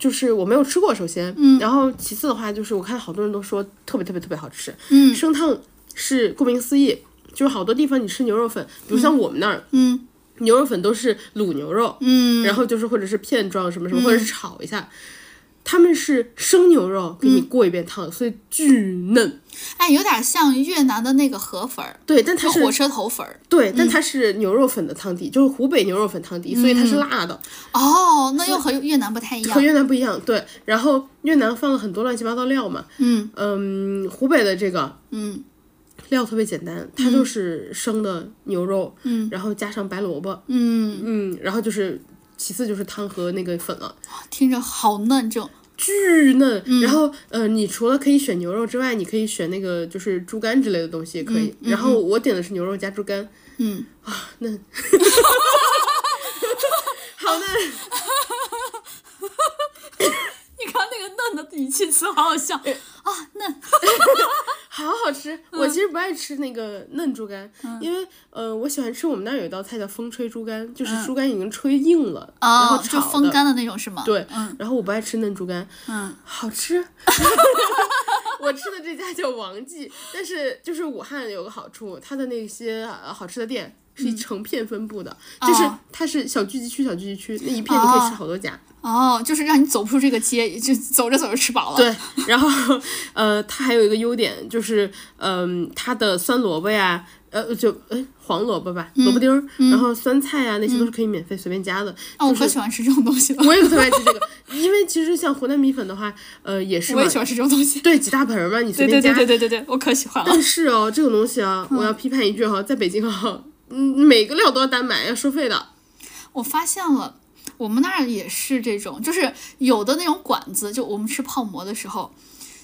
就是我没有吃过，首先，嗯，然后其次的话，就是我看好多人都说特别特别特别好吃，嗯，生烫是顾名思义，就是好多地方你吃牛肉粉，比如像我们那儿，
嗯
牛肉粉都是卤牛肉，
嗯，
然后就是或者是片状什么什么，或者是炒一下，他们是生牛肉给你过一遍烫，所以巨嫩，
哎，有点像越南的那个河粉儿，
对，但它
就是火车头粉儿。
对，但它是牛肉粉的汤底，就是湖北牛肉粉汤底，所以它是
嗯
辣的，
哦，那又和越南不太一
和
样。
越南不一样。对，然后越南放了很多乱七八糟料嘛，
嗯
嗯，湖北的这个
嗯
料特别简单，它就是生的牛肉，
嗯，
然后加上白萝卜，
嗯，
嗯，然后就是其次就是汤和那个粉了，
听着好嫩这种。
巨嫩。
嗯
然后呃，你除了可以选牛肉之外，你可以选那个就是猪肝之类的东西也可以。然后我点的是牛肉加猪肝，
嗯
啊， 嫩，好嫩。
你刚那个嫩的语气词好好笑
呃
啊，嫩。
好好吃！
嗯
我其实不爱吃那个嫩猪肝，因为呃，我喜欢吃我们那儿有一道菜叫风吹猪肝，就是猪肝已经吹硬了，然后
嗯哦，
炒
就
的。
风干的那种是吗？
对，然后我不爱吃嫩猪肝，
嗯，
好吃。 我吃的这家叫王记，但是就是武汉有个好处，它的那些呃好吃的店是一成片分布的，就是
嗯哦
它是小聚集区、小聚集区，那一片你可以吃
哦
好多家。
哦，就是让你走不出这个街，就走着走着吃饱了。，
对，然后呃，它还有一个优点就是，嗯、它的酸萝卜呀，呃，就哎黄萝卜吧，
嗯
萝卜丁儿，然后酸菜啊，那些都是可以免费随便加的。
哦，我
就
可
是
喜欢吃这种东西了，
我也特别爱吃这个， 因为其实像湖南米粉的话，呃，也是
我
嘛
也，喜欢吃这种东西。
对，几大盆儿嘛，你随
对对
便加。
对嗯对对对对，我可喜欢了。
但是哦，这种东西啊，我要批判一句哈、在北京哈、嗯，每个料都要单买，要收费的。
我发现了，我们那儿也是这种，就是有的那种馆子，就我们吃泡馍的时候，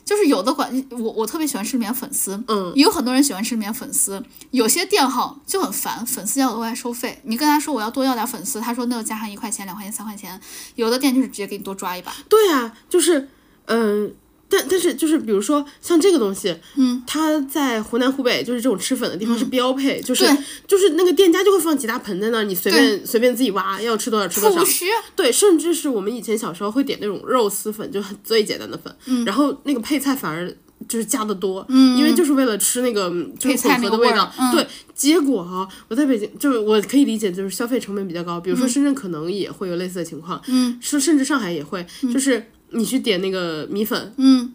就是有的馆，我我特别喜欢吃面粉丝，
嗯，
也有很多人喜欢吃面粉丝，有些店哈就很烦，粉丝要额外收费，你跟他说我要多要点粉丝，他说那就加上一块钱、两块钱、三块钱，有的店就是直接给你多抓一把，
对啊，就是，嗯、但但是就是，比如说像这个东西，
嗯，
它在湖南、湖北就是这种吃粉的地方是标配，就是
对
就是那个店家就会放几大盆在那儿，你随便随便自己挖，要吃多少吃多少
朴。实，
对，甚至是我们以前小时候会点那种肉丝粉，就很最简单的粉，
嗯
然后那个配菜反而。就是加的多，嗯，因为就是为了吃那个嗯就
配
是
菜
混
那
合
个
的
味儿
道，
嗯
对。结果啊，我在北京，就是我可以理解，就是消费成本比较高，比如说深圳可能也会有类似的情况，
嗯，
说甚至上海也会，就是你去点那个米粉，
嗯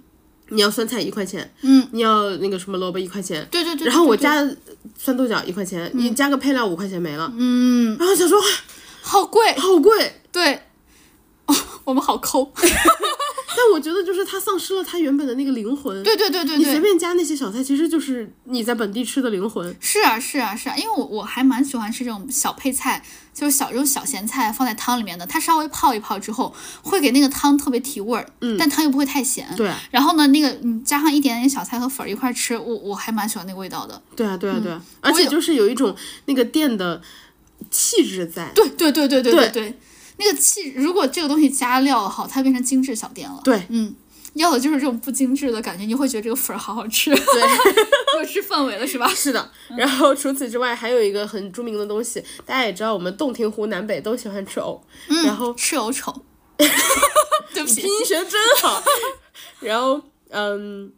你要酸菜一块钱，
嗯，
你要那个什么萝卜一块钱，
对对对对
然后我
对
加酸豆角一块钱，你加个配料五块钱没了，
嗯，
然后想说哇
好贵，
好贵，
对， 哦，我们好抠，
但我觉得就是它丧失了它原本的那个灵魂。
对对对对
你随
对。
便加那些小菜，其实就是你在本地吃的灵魂。
是啊，是啊，是啊，因为我我还蛮喜欢吃这种小配菜，就是小这种小咸菜放在汤里面的，它稍微泡一泡之后，会给那个汤特别提味儿，嗯，但汤又不会太咸。
对啊，
然后呢，那个你加上一点点小菜和粉儿一块儿吃，我我还蛮喜欢那个味道的。
对啊，对啊，对啊，而且
嗯有
就是有一种那个店的气质在。
对对对对对
对
对，那个气，如果这个东西加料好，它变成精致小店了。
对
嗯。要的就是这种不精致的感觉，你会觉得这个粉儿好好吃， 有吃氛围了是吧？
是的，
嗯
然后除此之外还有一个很著名的东西，大家也知道，我们洞庭湖南北都喜欢吃藕，
嗯
然后
吃有 丑，对不起
拼，音学得真好。 然后，嗯，
嗯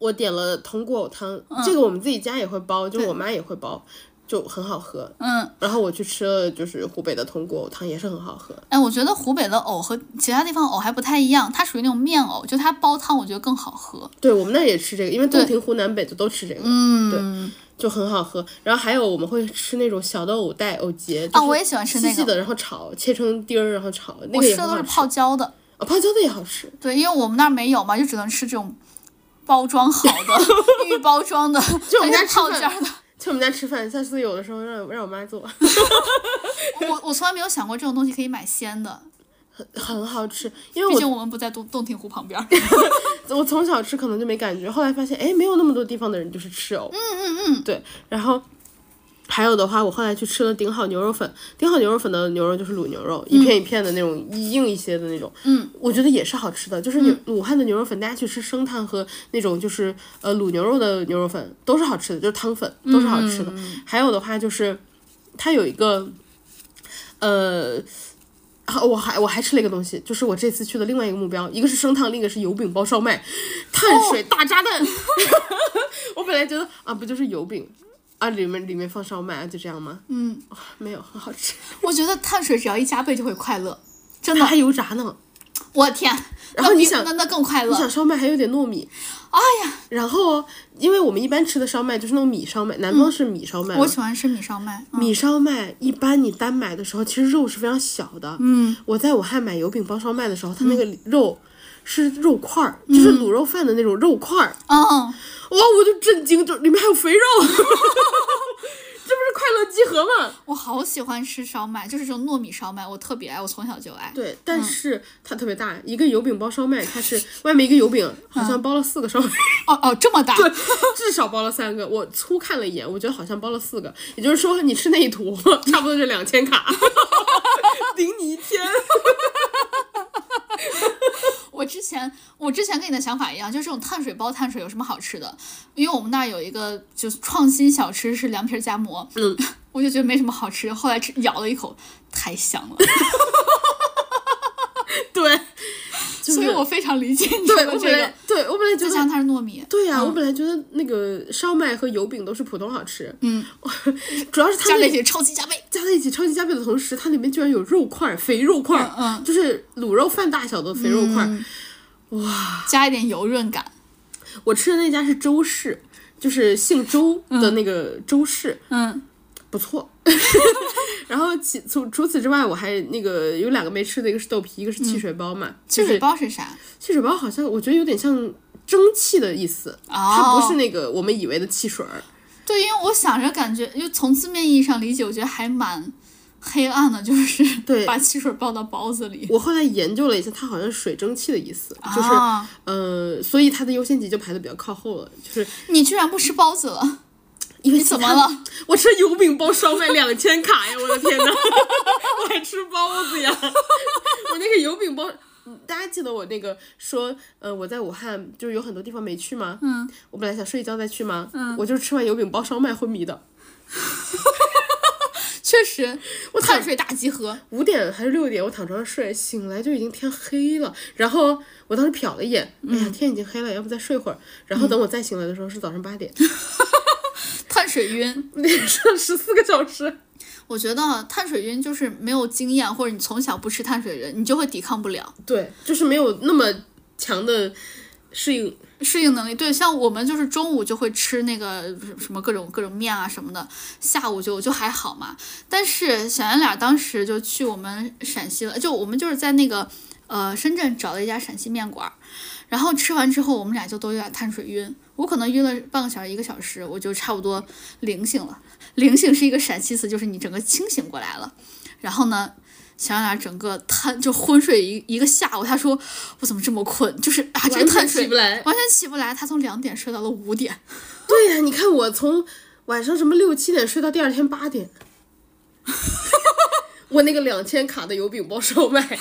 我点了铜锅藕汤，这个我们自己家也会煲，就我妈也会煲。就很好喝。
嗯，
然后我去吃了就是湖北的铜锅藕汤，也是很好喝。
哎，我觉得湖北的藕和其他地方藕还不太一样，它属于那种面藕，就它煲汤我觉得更好喝。
对我们那儿也吃这个，因为东平湖南北就都吃这个，
嗯，
就很好喝。然后还有我们会吃那种小的藕带、藕节，
啊，
就是
我也喜欢吃
细
那
细
个，
的，然后炒，切成丁儿，然后炒，那
我
个
吃
也
的
很
都
好
是
吃。
泡椒的。
啊，泡椒的也好吃。
对，因为我们那儿没有嘛，就只能吃这种包装好的、 预包装的，
我
还
们家
是
吃
泡
饭
尖儿的。
去我们家吃饭，下次有的时候让让我妈做，
我我从来没有想过这种东西可以买鲜的，
很好吃。因为
毕
我
竟我们不在洞洞庭湖旁边儿。
我从小吃可能就没感觉，后来发现，哎，没有那么多地方的人就是吃藕。嗯嗯嗯。对，然后还有的话，我后来去吃了顶好牛肉粉，顶好牛肉粉的牛肉就是卤牛肉，一片一片的那种硬一些的那种。
嗯，
我觉得也是好吃的，就是牛、武汉的牛肉粉，大家去吃生炭和那种就是呃卤牛肉的牛肉粉都是好吃的，就是汤粉都是好吃的。还有的话就是它有一个呃。啊，我还我还吃了一个东西，就是我这次去的另外一个目标，一个是生烫，另一个是油饼包烧麦，碳
哦
水大炸弹。 我本来觉得啊，不就是油饼啊，里面里面放烧麦啊，就这样吗？啊
嗯，
没有，很好吃，
我觉得碳水只要一加倍就会快乐，真
它
的。
还油炸呢。
我天，
然
那
后你
比
想
那那更快
你
乐。
想烧麦还有点糯米，
哎呀，
然后因为我们一般吃的烧麦就是那种米烧麦，南方是米烧麦
嗯
嘛，
我喜欢吃米烧麦。嗯
米烧麦一般你单买的时候，其实肉是非常小的。
嗯，
我在武汉买油饼包烧麦的时候，它那个肉是肉块儿，就是卤肉饭的那种肉块儿。
嗯，
哇，我就震惊，就里面还有肥肉， 这不是快乐集合吗？
我好喜欢吃烧麦，就是这种糯米烧麦，我特别爱，我从小就爱。
对，嗯但是它特别大，一个油饼包烧麦，它是外面一个油饼，好像包了四个烧麦，
哦哦，这么大，
至少包了三个。我粗看了一眼，我觉得好像包了四个，也就是说你吃那一坨， 差不多就两千卡， 顶你一天。
我之前我之前跟你的想法一样，就是这种碳水包碳水有什么好吃的？因为我们那儿有一个就是创新小吃是凉皮儿夹馍，
嗯，
我就觉得没什么好吃，后来吃咬了一口，太香了，
对，就是
所以我非常理解你说
对
的
我
这
本
个嗯
来。对我本来觉
再加上
得。
它是糯米，
对呀、啊我本来觉得那个烧麦和油饼都是普通好吃，
嗯，
主要是它
加在
那
一起超级加倍。
加在一起超级加倍的同时，它里面居然有肉块儿，肥肉块儿，
嗯嗯嗯
就是卤肉饭大小的肥肉块儿。
加一点油润感，
我吃的那家是周氏，就是姓周的那个周氏，
嗯，
不错。然后其除除此之外，我还那个有两个没吃的，一个是豆皮，一个是汽水包嘛。
嗯汽
就是
水包是啥？
汽水包好像我觉得有点像蒸汽的意思，它
哦，
不是那个我们以为的汽水儿。
对，因为我想着感觉，就从字面意义上理解，我觉得还蛮黑暗的，就是
对
把汽水包到包子里，
我后来研究了一下，它好像是水蒸气的意思，就是、
啊，
呃，所以它的优先级就排的比较靠后了，就是
你居然不吃包子了，
因为
你
其
怎么
他
了？？
我吃油饼包烧麦两千卡呀！我的天哪， 我还吃包子呀！ 我那个油饼包，嗯大家记得我那个说，呃，我在武汉就是有很多地方没去吗？
嗯，
我本来想睡一觉再去吗？嗯，我就是吃完油饼包烧麦昏迷的，
确 实，
我
碳
躺
水大集合。
五点还是六点，我躺床上睡，醒来就已经天黑了。然后我当时瞟了一眼，哎呀，天已经黑了，要不再睡会儿。然后等我再醒来的时候是早上八点，
碳水晕，
连上十四个小时。
我觉得碳水晕就是没有经验，或者你从小不吃碳水的人，你就会抵抗不了
对，就是没有那么强的适应。
适应能力。对，像我们就是中午就会吃那个什么各种各种面啊什么的，下午就就还好嘛。但是小圆脸当时就去我们陕西了，就我们就是在那个呃深圳找了一家陕西面馆儿，然后吃完之后我们俩就都有点碳水晕，我可能晕了半个小时一个小时，我就差不多灵醒了。灵醒是一个陕西词，就是你整个清醒过来了。然后呢，小圆脸整个瘫就昏睡一一个下午，他说我怎么这么困，就是啊这个
完全
碳水
起不来
完全起不来，他从两点睡到了五点，
对呀、你看我从晚上什么六七点睡到第二天八点， 我那个两千卡的油饼包烧麦，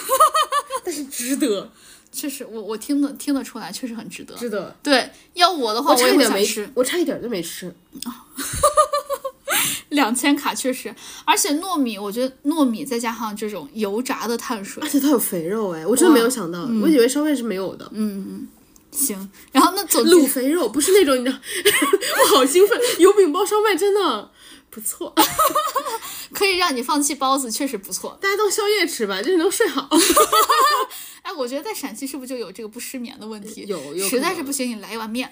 但是值得，
确实我我听得听得出来，确实很值得。
值得。
对，要我的话
哦我
我
差
也会
一点
想
没
吃。，
我差一点就没吃。
两千卡确实，而且糯米，我觉得糯米再加上这种油炸的碳水
嗯而，且它有肥肉哎，我真的没有想到，我以为烧麦是没有的。
嗯，嗯，行，然后那总之
卤肥肉不是那种，你知道， 我好兴奋，油饼包烧麦真的不错，
可以让你放弃包子，确实不错。
大家当宵夜吃吧，就是能睡好。
哎，我觉得在陕西是不是就有这个不失眠的问题？
有有
实在
可
是不行，你来一碗面。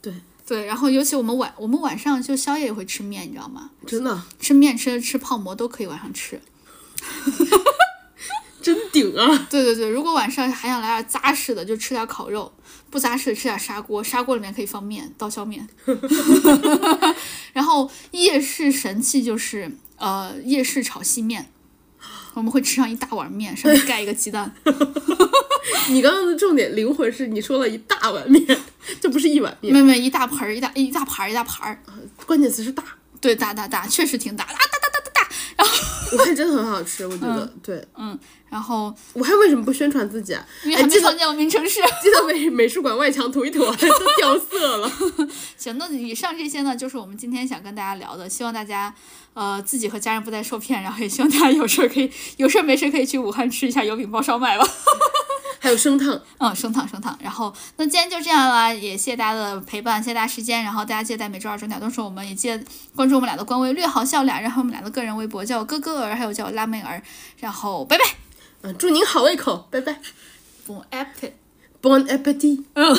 对
对，然后尤其我们晚我们晚上就宵夜也会吃面，你知道吗？
真的
吃面吃吃泡馍都可以晚上吃。
真顶啊！
对对对，如果晚上还想来点扎实的，就吃点烤肉；不扎实的吃点砂锅，砂锅里面可以放面，刀削面。 然后夜市神器就是呃夜市炒细面，我们会吃上一大碗面，上面盖一个鸡蛋。
你刚刚的重点灵魂是你说了一大碗面，这不是一碗面，
妹妹一大盆儿一大一大盘儿一大盘儿，
关键词是大，
对，大大大，确实挺大。啊
我看真的很好吃，我觉得。对，
然后
我还为什么不宣传自己啊？
因为还
哎
没
记得
创建文明城市。
记得美美术馆外墙涂一涂， 都掉色 了。
行，那以上这些呢，就是我们今天想跟大家聊的，希望大家呃自己和家人不再受骗，然后也希望大家有事儿可以有事儿没事儿可以去武汉吃一下油饼包烧麦吧。
还有生烫，
嗯，升糖升糖。然后那今天就这样啦，也谢谢大家的陪伴，谢谢大家时间。然后大家记得在每周二准点动手，我们也记得关注我们俩的官微“略好笑俩人”和我们俩的个人微博，叫我哥哥儿，还有叫我辣妹儿。然后拜拜。
嗯，祝您好胃口，拜拜
不 a p p
，Bon appetit。
嗯。